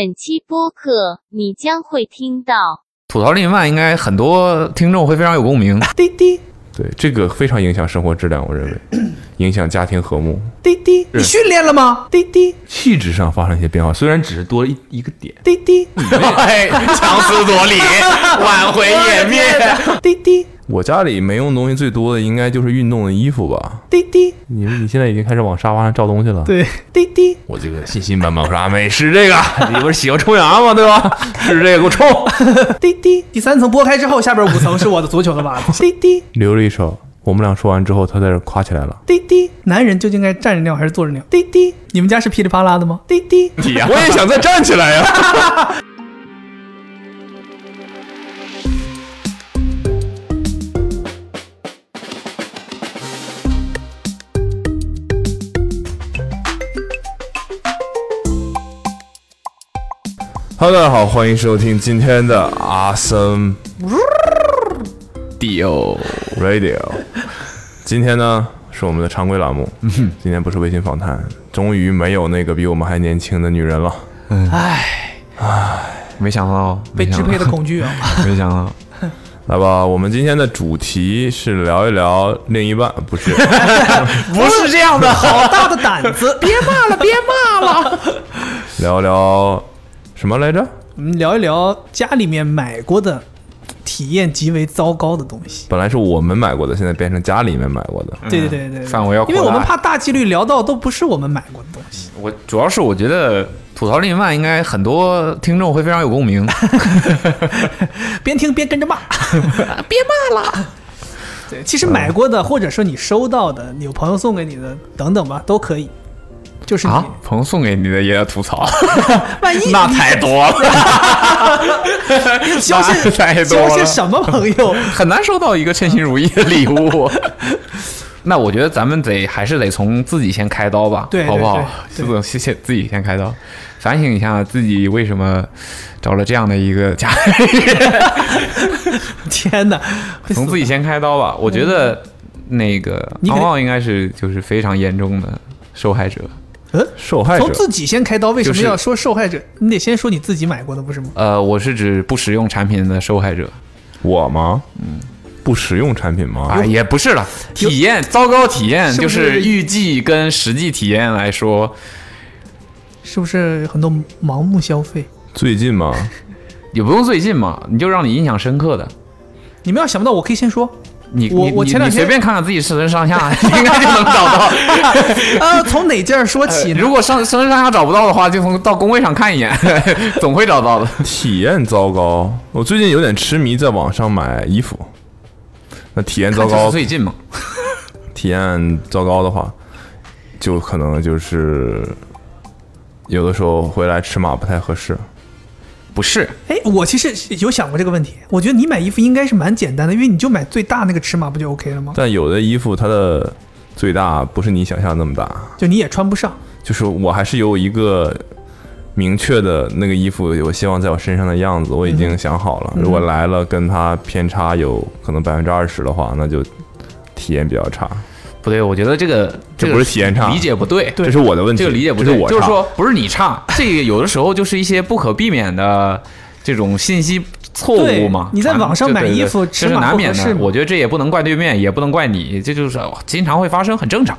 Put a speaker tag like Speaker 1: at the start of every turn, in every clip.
Speaker 1: 本期播客你将会听到。
Speaker 2: 吐槽另一半，应该很多听众会非常有共 鸣。
Speaker 3: 滴滴
Speaker 4: 对，这个非常影响生活质量，我认为影响家庭和睦，
Speaker 3: 滴滴，你训练了吗？滴滴
Speaker 4: 气质上发生一些变化，虽然只是多一一个点，
Speaker 3: 滴滴
Speaker 2: 哎，强词夺 理，挽回颜面。
Speaker 3: 滴滴
Speaker 4: 我家里没用东西最多的应该就是运动的衣服吧。
Speaker 3: 滴滴，
Speaker 4: 你你现在已经开始往沙发上照东西了。，
Speaker 3: 对滴滴，
Speaker 2: 我这个信心满满，我说阿妹是这个，你不是喜欢冲牙吗？对吧？是这个，给我冲！
Speaker 3: 滴滴。第三层剥开之后，下边五层是我的足球的袜子。 滴滴
Speaker 4: 留了一手。我们俩说完之后，他在这儿夸起来了。
Speaker 3: 滴滴，男人究竟该站着尿还是坐着尿？滴滴，你们家是噼里啪啦的吗？滴滴，
Speaker 4: 我也想再站起 来呀、Hello，大家好，欢迎收听今天的 Awesome
Speaker 2: 迪欧，
Speaker 4: Radio。今天呢是我们的常规栏目，今天不是微信访谈，终于没有那个比我们还年轻的女人了。
Speaker 2: 没想到
Speaker 3: 被支配的，恐惧啊！
Speaker 2: 没想到，
Speaker 4: 来吧，我们今天的主题是聊一聊另一半，不是？
Speaker 2: 不是这样的。
Speaker 3: 好大的胆子！ 别骂了，别骂了。
Speaker 4: 聊一聊什么来着？
Speaker 3: 我们聊一聊家里面买过的体验极为糟糕的东西。
Speaker 4: 本来是我们买过的，现在变成家里面买过的。
Speaker 3: 对对对对对，
Speaker 2: 嗯范围要扩
Speaker 3: 因
Speaker 2: 大
Speaker 3: 为我们怕大几率聊到都不是我们买过的东西。
Speaker 2: 我主要是我觉得吐槽另一半，应该很多听众会非常有共鸣。
Speaker 3: 边听边跟着骂， 别骂了。 对，其实买过的，或者说你收到的，有朋友送给你的，等等吧，都可以。就是你，
Speaker 2: 啊， 朋友送给你的也要吐槽，
Speaker 3: 万 一
Speaker 2: 那太多了，
Speaker 3: 你交些
Speaker 2: 那太多
Speaker 3: 交
Speaker 2: 了
Speaker 3: 些什么朋 友？
Speaker 2: 很难收到一个称心如意 的礼物。那我觉得咱们得还是得从自己先开刀吧，
Speaker 3: 对
Speaker 2: 好不好？
Speaker 3: 对对
Speaker 2: 总谢谢自己先开刀，反省一下自己为什么找了这样的一个家
Speaker 3: 天哪，会
Speaker 2: 从
Speaker 3: 死
Speaker 2: 自己先开刀吧。我觉得那个
Speaker 3: 你可
Speaker 2: 昂
Speaker 3: 能
Speaker 2: 昂应该是就是非常严重的受害者。
Speaker 3: 呃，
Speaker 4: 受害者
Speaker 3: 从自己先开刀，为什
Speaker 2: 就
Speaker 3: 么
Speaker 2: 是
Speaker 3: 要说受害者？你得先说你自己买过的，不是吗？
Speaker 2: 呃，我是指不使用产品的受害者
Speaker 4: 我吗？嗯，不实用产品吗？
Speaker 2: 啊，也不是了，
Speaker 3: 有
Speaker 2: 体验糟糕体验
Speaker 3: 是
Speaker 2: 就
Speaker 3: 不是
Speaker 2: 是预计跟实际体验来说，
Speaker 3: 是不是很多盲目消费？
Speaker 4: 最近吗？
Speaker 2: 也不用最近嘛，你就让你印象深刻的。
Speaker 3: 你们要想不到，我可以 先说。
Speaker 2: 你
Speaker 3: 我
Speaker 2: 你
Speaker 3: 我
Speaker 2: 你
Speaker 3: 前两
Speaker 2: 你随
Speaker 3: 天
Speaker 2: 便看看自己身上下， 应该就能找到。
Speaker 3: 呃，从哪件儿说 起呢？
Speaker 2: 如果上身上下找不到的话，就从到工位上看一眼， 总会找到的。
Speaker 4: 体验糟糕。我最近有点痴迷，在网上买衣服。那体验糟
Speaker 2: 看就是
Speaker 4: 糕，
Speaker 2: 最近嘛，
Speaker 4: 体验糟糕的话，就可能就是有的时候回来尺码不太合适。
Speaker 2: 不是
Speaker 3: 哎，我其实有想过这个问题。我觉得你买衣服应该是蛮简单的，因为你就买最大那个尺码不就 OK 了吗？
Speaker 4: 但有的衣服它的最大不是你想象那么大，
Speaker 3: 就你也穿不上。
Speaker 4: 就是我还是有一个明确的那个衣服，我希望在我身上的样子，我已经想好
Speaker 2: 嗯
Speaker 4: 了。如果来了跟它偏差有可能百分之二十的话，那就体验比较差。
Speaker 2: 不对，我觉得这个
Speaker 4: 这
Speaker 2: 个
Speaker 4: 不是体验差
Speaker 2: 理解不对，
Speaker 4: 这是我的问
Speaker 3: 嗯
Speaker 4: 题，
Speaker 2: 这个理解不
Speaker 4: 这
Speaker 2: 对，
Speaker 4: 是我
Speaker 2: 就是
Speaker 4: 差
Speaker 2: 说不是你差，这个有的时候就是一些不可避免的这种信息错误嘛
Speaker 3: 对。你在网上
Speaker 2: 啊
Speaker 3: 买
Speaker 2: 对对对
Speaker 3: 衣服尺
Speaker 2: 这
Speaker 3: 码
Speaker 2: 是难免
Speaker 3: 不合适
Speaker 2: 的，
Speaker 3: 嘛
Speaker 2: 我觉得这也不能怪对面，也不能怪你，这就是哦经常会发生，很正常。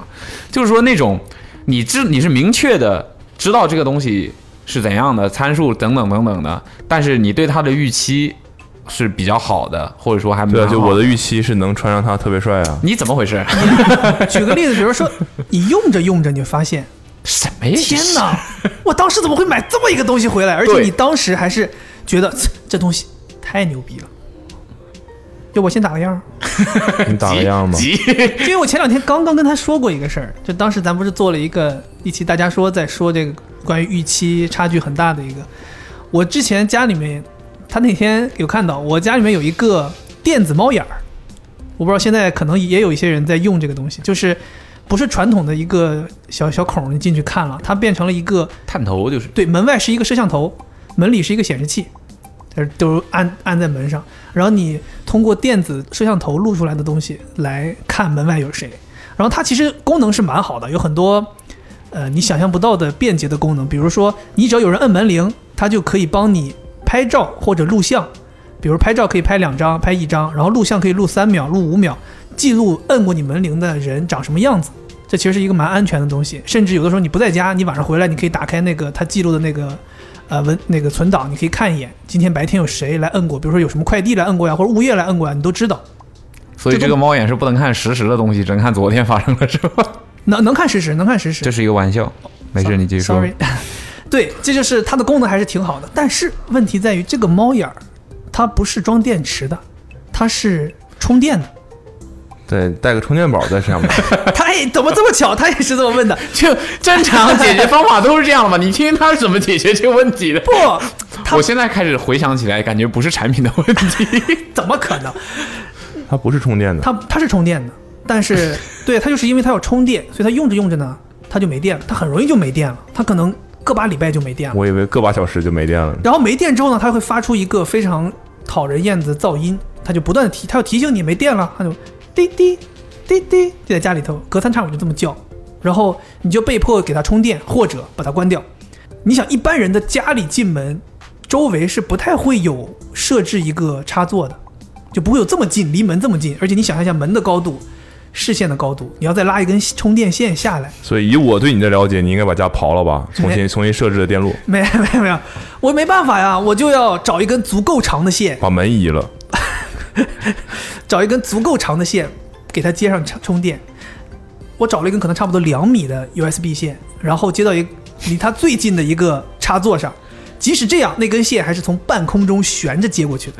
Speaker 2: 就是说那种你知你是明确的知道这个东西是怎样的参数等等等等的，但是你对它的预期是比较好的，或者说还
Speaker 4: 对啊，
Speaker 2: 蛮
Speaker 4: 就
Speaker 2: 好
Speaker 4: 我的预期是能穿上它特别帅啊。
Speaker 2: 你怎么回 事？
Speaker 3: 举个例子，比如说你用着用着，你就发现，
Speaker 2: 什么呀？
Speaker 3: 天哪，我当时怎么会买这么一个东西回来？而且
Speaker 2: 对
Speaker 3: 你当时还是觉得呲这东西太牛逼了。就我先打个样儿，
Speaker 4: 你打个样吗？
Speaker 2: 急
Speaker 3: 因为我前两天刚刚跟他说过一个事儿，就当时咱不是做了一个一期，大家说在说这个关于预期差距很大的一个。我之前家里面，他那天有看到我家里面有一个电子猫眼儿，我不知道现在可能也有一些人在用这个东西，就是不是传统的一个小小孔儿你进去看了，它变成了一个
Speaker 2: 探头就是
Speaker 3: 对，门外是一个摄像头，门里是一个显示器，它是都是安安在门上，然后你通过电子摄像头录出来的东西来看门外有谁。然后它其实功能是蛮好的，有很多呃你想象不到的便捷的功能，比如说你只要有人摁门铃，它就可以帮你拍照或者录像，比如拍照可以拍两张、拍一张，然后录像可以录三秒、录五秒，记录摁过你门铃的人长什么样子。这其实是一个蛮安全的东西，甚至有的时候你不在家，你晚上回来，你可以打开那个它记录的那个呃文那个存档，你可以看一眼，今天白天有谁来摁过，比如说有什么快递来摁过呀，或者物业来摁过呀，你都知道。
Speaker 2: 所以这个猫眼是不能看实时的东西，只能看昨天发生的事吧？
Speaker 3: 能能看实时，能看实 时。
Speaker 2: 这是一个玩笑，没事，你继续说。
Speaker 3: Sorry，对， 这就是它的功能还是挺好的，但是问题在于这个猫眼儿，它不是装电池的，它是充电的。
Speaker 4: 对，带个充电宝在身上吧。
Speaker 3: 它哎，怎么这么巧？它也是这么问的。
Speaker 2: 就正常解决方法都是这样的嘛？你听听他是怎么解决这个问题的。
Speaker 3: 不，它
Speaker 2: 我现在开始回想起来，感觉不是产品的问题。
Speaker 3: 怎么可能？
Speaker 4: 它不是充电的，
Speaker 3: 它它是充电的，但是对它就是因为它要充电，所以它用着用着呢，它就没电了，它很容易就没电了，它可能个把礼拜就没电了。
Speaker 4: 我以为个把小时就没电了。
Speaker 3: 然后没电之后呢，它会发出一个非常讨人厌的噪音，它就不断的提，它要提醒你没电了，它就滴滴滴滴就在家里头隔三差五就这么叫，然后你就被迫给它充电或者把它关掉。你想一般人的家里进门，周围是不太会有设置一个插座的，就不会有这么近，离门这么近。而且你想象一下门的高度，视线的高度，你要再拉一根充电线下来，
Speaker 4: 所以以我对你的了解，你应该把家刨了吧，重新
Speaker 3: 哎
Speaker 4: 重新设置的电路，
Speaker 3: 没没有没有，我没办法呀，我就要找一根足够长的线，
Speaker 4: 把门移了。
Speaker 3: 找一根足够长的线给它接上插充电。我找了一根可能差不多两米的 USB 线，然后接到一离它最近的一个插座上。即使这样，那根线还是从半空中悬着接过去的。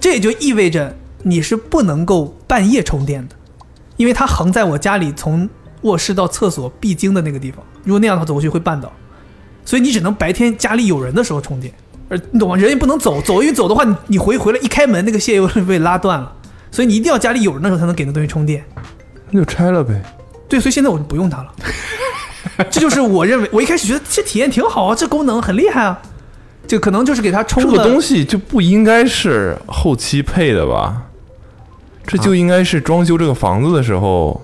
Speaker 3: 这也就意味着你是不能够半夜充电的，因为它横在我家里从卧室到厕所必经的那个地方。如果那样的话，走过去会绊倒。所以你只能白天家里有人的时候充电，而你懂吗？人也不能走，走一走的话，你你回回来一开门，那个线又被拉断了，所以你一定要家里有人的时候才能给那东西充电。
Speaker 4: 那就拆了呗。
Speaker 3: 对，所以现在我就不用它了。这就是我认为，我一开始觉得这体验挺好啊，这功能很厉害啊，就可能就是给它充
Speaker 4: 这
Speaker 3: 了
Speaker 4: 个东西就不应该是后期配的吧？这就应该是装修这个房子的时候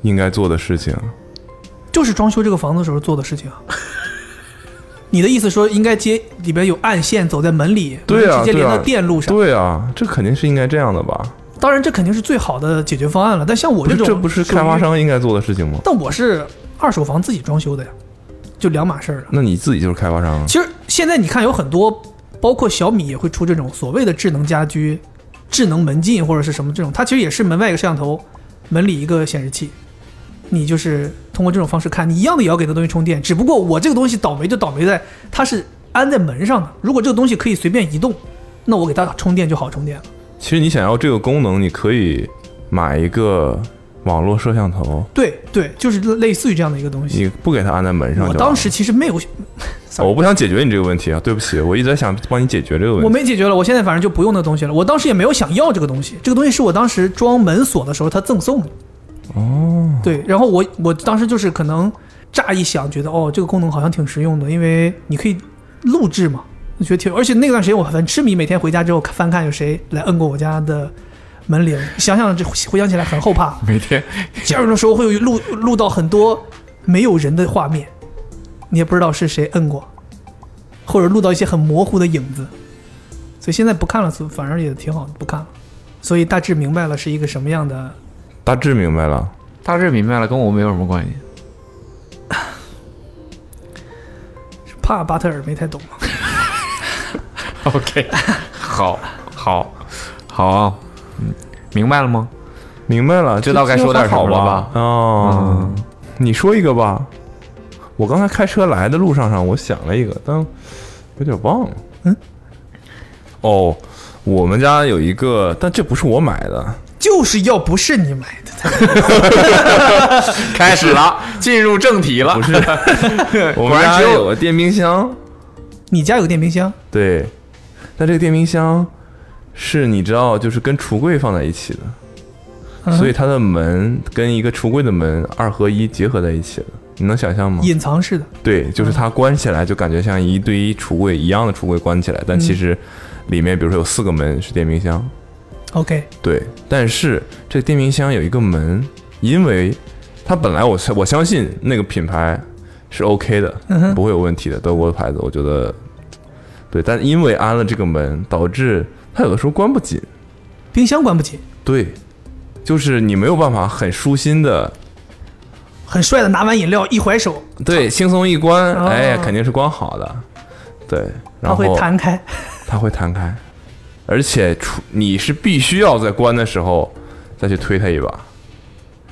Speaker 4: 应该做的事情。
Speaker 3: 就是装修这个房子时候做的事情啊。你的意思说应该接里边有暗线走在门里，
Speaker 4: 对啊，
Speaker 3: 直接
Speaker 4: 对
Speaker 3: 连到
Speaker 4: 啊，
Speaker 3: 电路上。
Speaker 4: 对啊，这肯定是应该这样的吧？
Speaker 3: 当然这肯定是最好的解决方案了，但像我
Speaker 4: 不
Speaker 3: 这
Speaker 4: 是，
Speaker 3: 种
Speaker 4: 这不是开
Speaker 3: 属
Speaker 4: 发
Speaker 3: 于
Speaker 4: 商应该做的事情吗？
Speaker 3: 但我是二手房自己装修的呀，就两码事儿了。
Speaker 4: 那你自己就是开发商啊。
Speaker 3: 其实现在你看，有很多，包括小米也会出这种所谓的智能家居、智能门禁或者是什么这种，它其实也是门外一个摄像头，门里一个显示器。你就是通过这种方式看，你一样的也要给那东西充电，只不过我这个东西倒霉就倒霉在它是安在门上的。如果这个东西可以随便移动，那我给它充电就好充电了。
Speaker 4: 其实你想要这个功能，你可以买一个网络摄像头，
Speaker 3: 对对，就是类似于这样的一个东西。
Speaker 4: 你不给它安在门上
Speaker 3: 我
Speaker 4: 就。哦
Speaker 3: 当，时其实没有
Speaker 4: 我不想解决你这个问题啊，对不起，我一直在想帮你解决这个问
Speaker 3: 我
Speaker 4: 题。
Speaker 3: 没解决了，我现在反正就不用那东西了。我当时也没有想要这个东西，这个东西是我当时装门锁的时候他赠送的。哦，对，然后我我当时就是可能乍一想觉得哦，这个功能好像挺实用的，因为你可以录制嘛，我觉得挺，而且那段时间我很痴迷，每天回家之后翻看有谁来摁过我家的。门铃，想想这回想起来很后怕。
Speaker 2: 每天
Speaker 3: 第二种时候会有录录到很多没有人的画面，你也不知道是谁摁过，或者录到一些很模糊的影子，所以现在不看了，反而也挺好的，不看了。所以大致明白了是一个什么样的，
Speaker 4: 大致明白了，
Speaker 2: 大致明白了，跟我没有什么关系。
Speaker 3: 是怕巴特尔没太懂嘛。
Speaker 2: OK，好， 好，好啊，嗯，明白了吗？
Speaker 4: 明白了，
Speaker 2: 知道该说点什
Speaker 4: 好
Speaker 2: 么了吧
Speaker 4: 吧？哦，
Speaker 2: 嗯
Speaker 4: 你说一个吧。我刚才开车来的路上上，我想了一个，但有点忘了。
Speaker 3: 嗯，
Speaker 4: 哦，我们家有一个，但这不是我买的，
Speaker 3: 就是要不是你买的，
Speaker 2: 开始了，进入正题了。
Speaker 4: 不 是，我
Speaker 2: 果
Speaker 4: 们
Speaker 2: 然
Speaker 4: 家
Speaker 2: 只有
Speaker 4: 有个电冰箱。
Speaker 3: 你家有个电冰箱，
Speaker 4: 对，但这个电冰箱是你知道，就是跟橱柜放在一起的，
Speaker 3: 嗯
Speaker 4: 所以它的门跟一个橱柜的门二合一结合在一起的，你能想象吗？
Speaker 3: 隐藏式的，
Speaker 4: 对，就是它关起来就感觉像一堆橱柜一样的橱柜关起来，但其实里面比如说有四个门是电冰箱，
Speaker 3: OK，
Speaker 4: 对，但是这电冰箱有一个门，因为它本来我我相信那个品牌是 OK 的，
Speaker 3: 嗯哼
Speaker 4: 不会有问题的。德国的牌子，我觉得对，但因为安了这个门，导致它有的时候关不紧，
Speaker 3: 冰箱关不紧，
Speaker 4: 对，就是你没有办法很舒心的，
Speaker 3: 很帅的拿完饮料一怀手，
Speaker 4: 对，轻松一关，
Speaker 3: 哦
Speaker 4: 哎，肯定是关好的，对，
Speaker 3: 它
Speaker 4: 然后
Speaker 3: 会弹开，
Speaker 4: 它会弹开，而且出你是必须要在关的时候再去推它一把，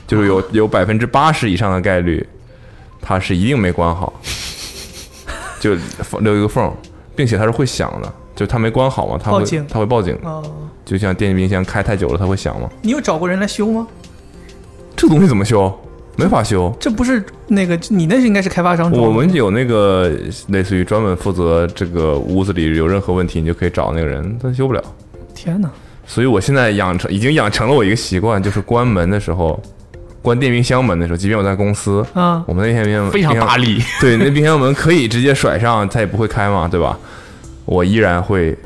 Speaker 4: 就是
Speaker 3: 啊
Speaker 4: 有有百分之八十以上的概率，它是一定没关 好，就留一个缝儿，并且它是会响的，就它没关好嘛，它
Speaker 3: 报
Speaker 4: 会
Speaker 3: 警
Speaker 4: 它会报警，
Speaker 3: 哦，
Speaker 4: 就像电冰箱开太久了它会响嘛，
Speaker 3: 你有找过人来修吗？
Speaker 4: 这个东西怎么修？没法修，
Speaker 3: 这不是那个你那是应该是开发商装的
Speaker 4: 我们有那个类似于专门负责这个屋子里有任何问题，你就可以找那个人，但修不了。
Speaker 3: 天哪，
Speaker 4: 所以我现在养成已经养成了我一个习惯，就是关门的时候，关电冰箱门的时候，即便我在公司，
Speaker 3: 啊
Speaker 4: 我们那天冰箱
Speaker 2: 非常大，力，
Speaker 4: 冰箱对， 那冰箱门可以直接甩上，它也不会开嘛，对吧？我依然会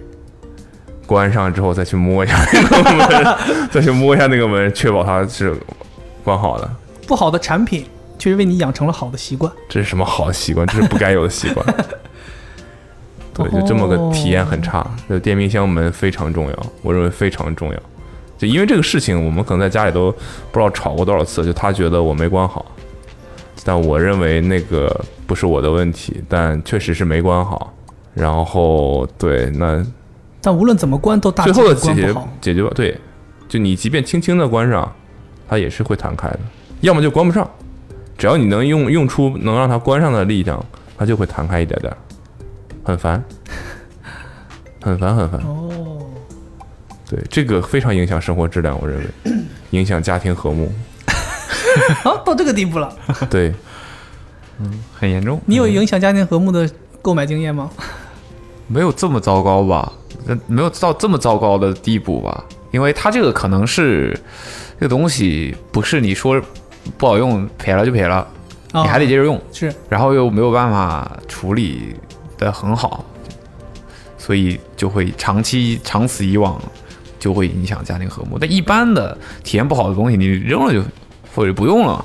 Speaker 4: 关上之后再去摸一下那个门， 再去摸一下那个门，确保它是关好的。
Speaker 3: 不好的产品确实为你养成了好的习惯。
Speaker 4: 这是什么好习惯？这是不该有的习惯。对，就这么个体验很差。就电冰箱门非常重要，我认为非常重要。就因为这个事情，我们可能在家里都不知道吵过多少次。就他觉得我没关好，但我认为那个不是我的问题，但确实是没关好。然后对，那
Speaker 3: 但无论怎么关都大
Speaker 4: 最后的
Speaker 3: 几
Speaker 4: 解
Speaker 3: 率
Speaker 4: 决
Speaker 3: 关不好。
Speaker 4: 解决吧，对，就你即便轻轻的关上，它也是会弹开的，要么就关不上，只要你能用用出能让它关上的力量，它就会弹开一点点儿，很 烦，很烦很烦，
Speaker 3: 哦，
Speaker 4: 对，这个非常影响生活质量，我 认为影响家庭和睦，
Speaker 3: 好、啊到这个地步了，
Speaker 4: 对，
Speaker 2: 很严重。
Speaker 3: 你有影响家庭和睦的购买经验吗？
Speaker 2: 没有这么糟糕吧？呃没有到这么糟糕的地步吧？因为它这个可能是这个东西不是你说不好用撇了就撇了，
Speaker 3: 啊、
Speaker 2: 你还得呃接着用，
Speaker 3: 是
Speaker 2: 然后又没有办法处理的很好，所以就会长期长此以往就会影响家庭和睦。但一般的体验不好的东西，你扔了就或者不用了。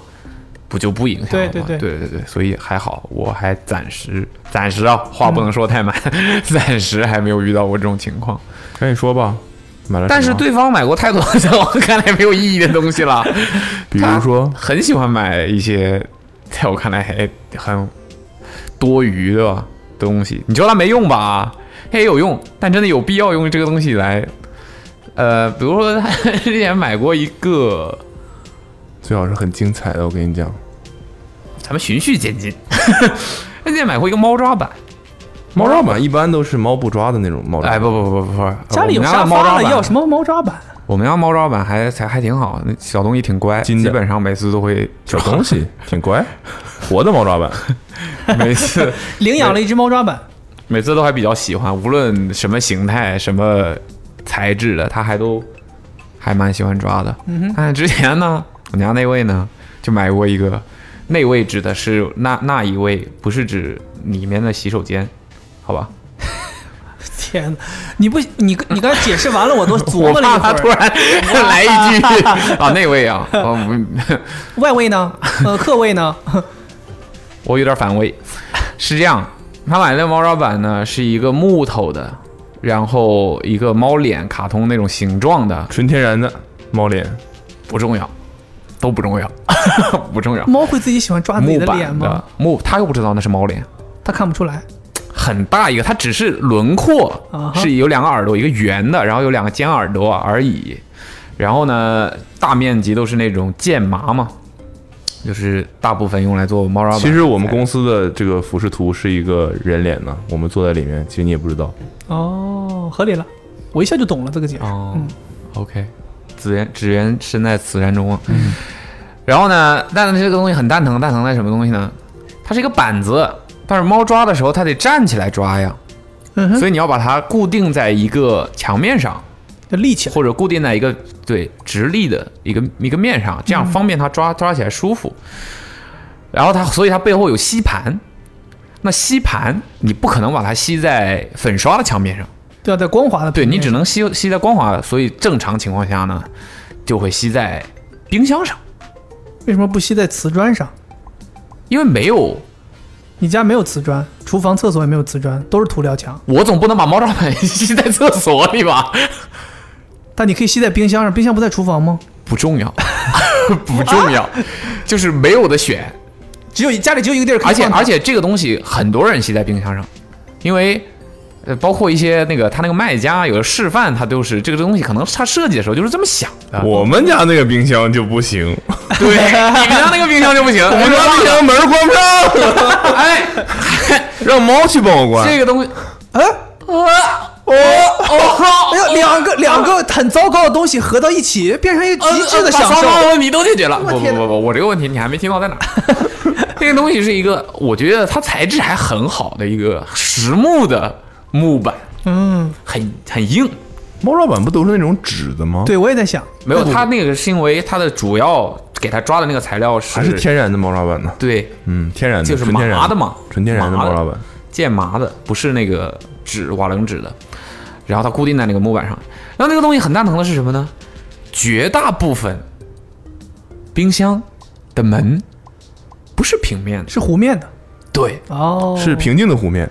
Speaker 2: 不就不影响了吗？
Speaker 3: 对对对
Speaker 2: 对对对所以还好，我还暂时暂时啊，话不能说太满，暂时还没有遇到过这种情况。
Speaker 4: 赶紧说吧，买了什么，
Speaker 2: 但是对方买过太多在我看来没有意义的东西了，
Speaker 4: 比如说
Speaker 2: 他很喜欢买一些在我看来还很多余的吧东西。你说它没用吧？它也有用，但真的有必要用这个东西来？呃，比如说他之前买过一个，
Speaker 4: 最好是很精彩的，我跟你讲，
Speaker 2: 咱们循序渐进。 他之前买过一个猫抓板，
Speaker 4: 猫抓板一般都是猫不抓的那种猫抓
Speaker 2: 哎，
Speaker 4: 板，
Speaker 2: 不不不不不，
Speaker 3: 家里有
Speaker 2: 我们家
Speaker 3: 沙
Speaker 2: 的猫抓
Speaker 3: 发了，
Speaker 2: 板
Speaker 3: 要什么猫抓板？
Speaker 2: 我们家猫抓板还才还挺好，那小东西挺乖，
Speaker 4: 金的
Speaker 2: 基本上每次都会
Speaker 4: 小东西挺乖，活的猫抓板，
Speaker 2: 每次
Speaker 3: 领养了一只猫抓板，
Speaker 2: 每次都还比较喜欢，无论什么形态、什么材质的，他还都还蛮喜欢抓的。
Speaker 3: 嗯
Speaker 2: 但是之前呢，我家那位呢就买过一个，那位指的是那那一位，不是指里面的洗手间，好吧？
Speaker 3: 天哪！你不，你你刚才解释完 了，我都琢
Speaker 2: 我
Speaker 3: 磨了
Speaker 2: 怕他
Speaker 3: 一会
Speaker 2: 突
Speaker 3: 儿。
Speaker 2: 然 来一句啊，那位啊，哦我
Speaker 3: 外位呢？呃，客 位呢？
Speaker 2: 我有点反胃。是这样，他买的猫抓板呢是一个木头的，然后一个猫脸卡通那种形状的，
Speaker 4: 纯天然的猫脸。
Speaker 2: 不重要，都不重要， 不重要。
Speaker 3: 猫会自己喜欢抓自己
Speaker 2: 木
Speaker 3: 的脸
Speaker 2: 板
Speaker 3: 吗
Speaker 2: 的？木，他又不知道那是猫脸，
Speaker 3: 它看不出来。
Speaker 2: 很大一个，它只是轮廓
Speaker 3: 啊哈
Speaker 2: 是有两个耳朵，一个圆的，然后有两个尖耳朵而已。然后呢，大面积都是那种剑麻嘛，就是大部分用来做猫抓板。
Speaker 4: 其实我们公司的这个俯视图是一个人脸呢，我们坐在里面，其实你也不知道。
Speaker 3: 哦，合理了，我一下就懂了这个解释。
Speaker 2: 哦、
Speaker 3: 嗯
Speaker 2: o k 只缘只缘身在此山中啊。
Speaker 3: 嗯
Speaker 2: 然后呢，但是这个东西很蛋疼，蛋疼在什么东西呢？它是一个板子，但是猫抓的时候它得站起来抓呀，
Speaker 3: 嗯哼，
Speaker 2: 所以你要把它固定在一个墙面上，
Speaker 3: 就立起来。
Speaker 2: 或者固定在一个对直立的一个一个面上，这样方便它抓抓起来舒服。然后它，所以它背后有吸盘，那吸盘你不可能把它吸在粉刷的墙面上。
Speaker 3: 对啊，在光滑的
Speaker 2: 对
Speaker 3: 平
Speaker 2: 你
Speaker 3: 面
Speaker 2: 只能吸吸在光滑，所以正常情况下呢，就会吸在冰箱上，
Speaker 3: 为什么不吸在瓷砖上？
Speaker 2: 因为没有
Speaker 3: 你家没有瓷砖，厨房、厕所也没有瓷砖，都是涂料墙。
Speaker 2: 我总不能把猫抓板 吸在厕所里吧？
Speaker 3: 但你可以吸在冰箱上，冰箱不在厨房吗？
Speaker 2: 不重要， 不重要，就是没有的选。
Speaker 3: 只有家里只有一个地儿可 以
Speaker 2: 而且
Speaker 3: 放它
Speaker 2: 而且这个东西很多人吸在冰箱上，因为呃，包括一些那个他那个卖家有的示范，他都是这个东西可能他设计的时候就是这么想的。
Speaker 4: 我们家那个冰箱就不行，
Speaker 2: 对，你们家那个冰箱就不 行，
Speaker 4: 我
Speaker 2: 我
Speaker 4: 们家冰箱门关不上，
Speaker 2: 哎，
Speaker 4: 让猫去帮我关。
Speaker 2: 这个 东西，
Speaker 3: 啊
Speaker 2: 啊哦
Speaker 3: 哦哎呦，两个两个很糟糕的东西合到一起，变成一
Speaker 2: 哦
Speaker 3: 个极致的享
Speaker 2: 把
Speaker 3: 受
Speaker 2: 双。方的问哦题都解决了。
Speaker 3: 我
Speaker 2: 不不
Speaker 3: 天哪
Speaker 2: 不不，我这个问题你还没听到在哪儿？ 这个东西是一个，我觉得它材质还很好的一个实木的木板，
Speaker 3: 嗯，
Speaker 2: 很很硬。
Speaker 4: 猫抓板不都是那种纸的吗？，
Speaker 3: 对，我也在想，
Speaker 2: 没有，它那个是因为它的主要给它抓的那个材料是
Speaker 4: 还是天然的猫抓板呢？
Speaker 2: 对
Speaker 4: 嗯，天然的，
Speaker 2: 就是
Speaker 4: 纯天然
Speaker 2: 麻的嘛
Speaker 4: 纯天然的
Speaker 2: 麻
Speaker 4: 猫
Speaker 2: 的
Speaker 4: 抓板。
Speaker 2: 建麻的，不是那个纸瓦楞纸的，然后它固定在那个木板上。然后那个东西很蛋疼的是什么呢？绝大部分冰箱的门不是平面的，
Speaker 3: 是弧面的
Speaker 2: 对，嗯
Speaker 3: 哦，
Speaker 4: 是平静的湖面，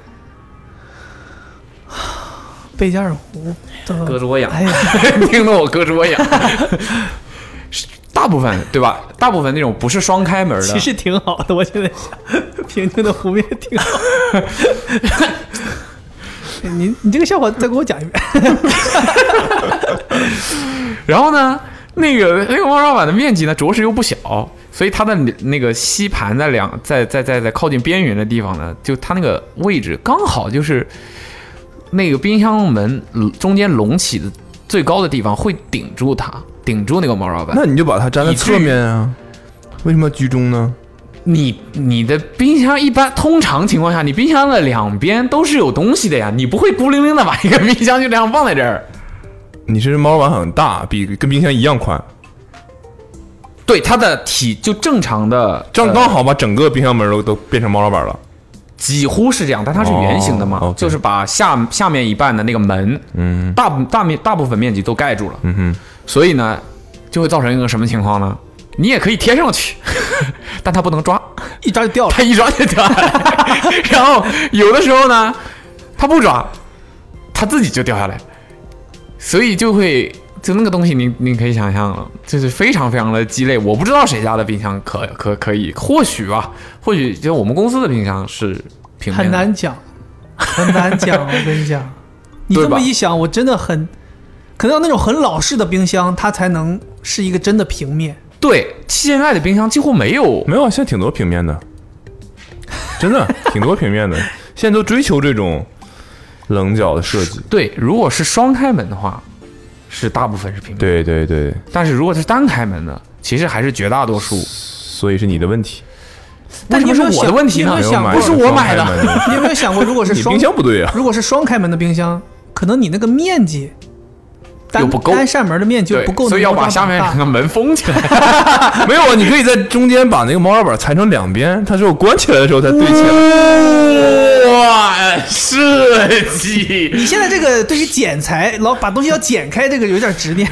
Speaker 3: 贝加尔湖的。
Speaker 2: 胳肢窝痒，
Speaker 3: 哎呀，
Speaker 2: 听得我胳肢窝痒。 是大部分对吧？大部分那种不是双开门
Speaker 3: 其
Speaker 2: 的，
Speaker 3: 实 挺好的，我现在想，平静的湖面挺好。 你你这个笑话再给我讲一遍。
Speaker 2: 然后呢，那个那个猫抓板的面积呢，着实又不小，所以它的那个吸盘在两在在在在靠近边缘的地方呢，就它那个位置刚好就是那个冰箱门呃中间隆起的最高的地方会顶住它，顶住那个猫抓板。
Speaker 4: 那你就把它粘在
Speaker 2: 以至于
Speaker 4: 侧面啊？为什么要居中呢？
Speaker 2: 你你的冰箱一般通常情况下，你冰箱的两边都是有东西的呀，你不会孤零零的把一个冰箱就这样放在这儿。
Speaker 4: 你这猫抓板很大，比跟冰箱一样宽，
Speaker 2: 对，它的体就正常的，
Speaker 4: 这样
Speaker 2: 呃
Speaker 4: 刚好把整个冰箱门都都变成猫抓板了。
Speaker 2: 几乎是这样，但它是圆形的嘛，
Speaker 4: 哦，OK
Speaker 2: 就是把下下面一半的那个门，
Speaker 4: 嗯
Speaker 2: 大部大面大部分面积都盖住了，
Speaker 4: 嗯哼，
Speaker 2: 所以呢，就会造成一个什么情况呢？你也可以贴上去， 但它不能 抓，
Speaker 3: 一抓就掉了
Speaker 2: 它。一抓 就掉下来。然后有的时候呢，它不抓，它自己就掉下来，所以就会就那个东西你，你可以想象了，就是非常非常的鸡肋。我不知道谁家的冰箱可可可以，或许吧，或许就我们公司的冰箱是平面
Speaker 3: 很
Speaker 2: 的。
Speaker 3: 难讲，很 难讲。我跟你讲，你
Speaker 2: 对
Speaker 3: 这
Speaker 2: 吧
Speaker 3: 么一想，我真的很，可能要那种很老式的冰箱，它才能是一个真的平面。
Speaker 2: 对，现在的冰箱几乎没有。
Speaker 4: 没有，啊，现在挺多平面的，真的挺多平面的，现在都追求这种棱角的设计。
Speaker 2: 对，如果是双开门的话，是大部分是平面；
Speaker 4: 对对对，
Speaker 2: 但是如果是单开门的，其实还是绝大多数。
Speaker 4: 所以是你的问题，
Speaker 3: 但你
Speaker 2: 为
Speaker 3: 有
Speaker 2: 什
Speaker 3: 没
Speaker 2: 么
Speaker 3: 有
Speaker 2: 是我
Speaker 3: 想
Speaker 2: 的问题
Speaker 3: 你有
Speaker 2: 呢
Speaker 3: 没？有想过
Speaker 4: 没
Speaker 2: 不
Speaker 4: 有
Speaker 2: 是我买的
Speaker 4: 双开 门
Speaker 3: 你有没有想过，如果是
Speaker 4: 你
Speaker 3: 双
Speaker 4: 冰箱不对啊。
Speaker 3: 如果是双开门的冰箱，可能你那个面积单
Speaker 2: 又不够
Speaker 3: 单扇门的面积就
Speaker 2: 对
Speaker 3: 不够，
Speaker 2: 所以要把下面两
Speaker 3: 大。
Speaker 2: 个门封起来。
Speaker 4: 没有啊，你可以在中间把那个猫抓板裁成两边，它只有关起来的时候才对起来。
Speaker 2: 哇，设计
Speaker 3: 你现在这个对于剪裁，老把东西要剪开，这个有点执念。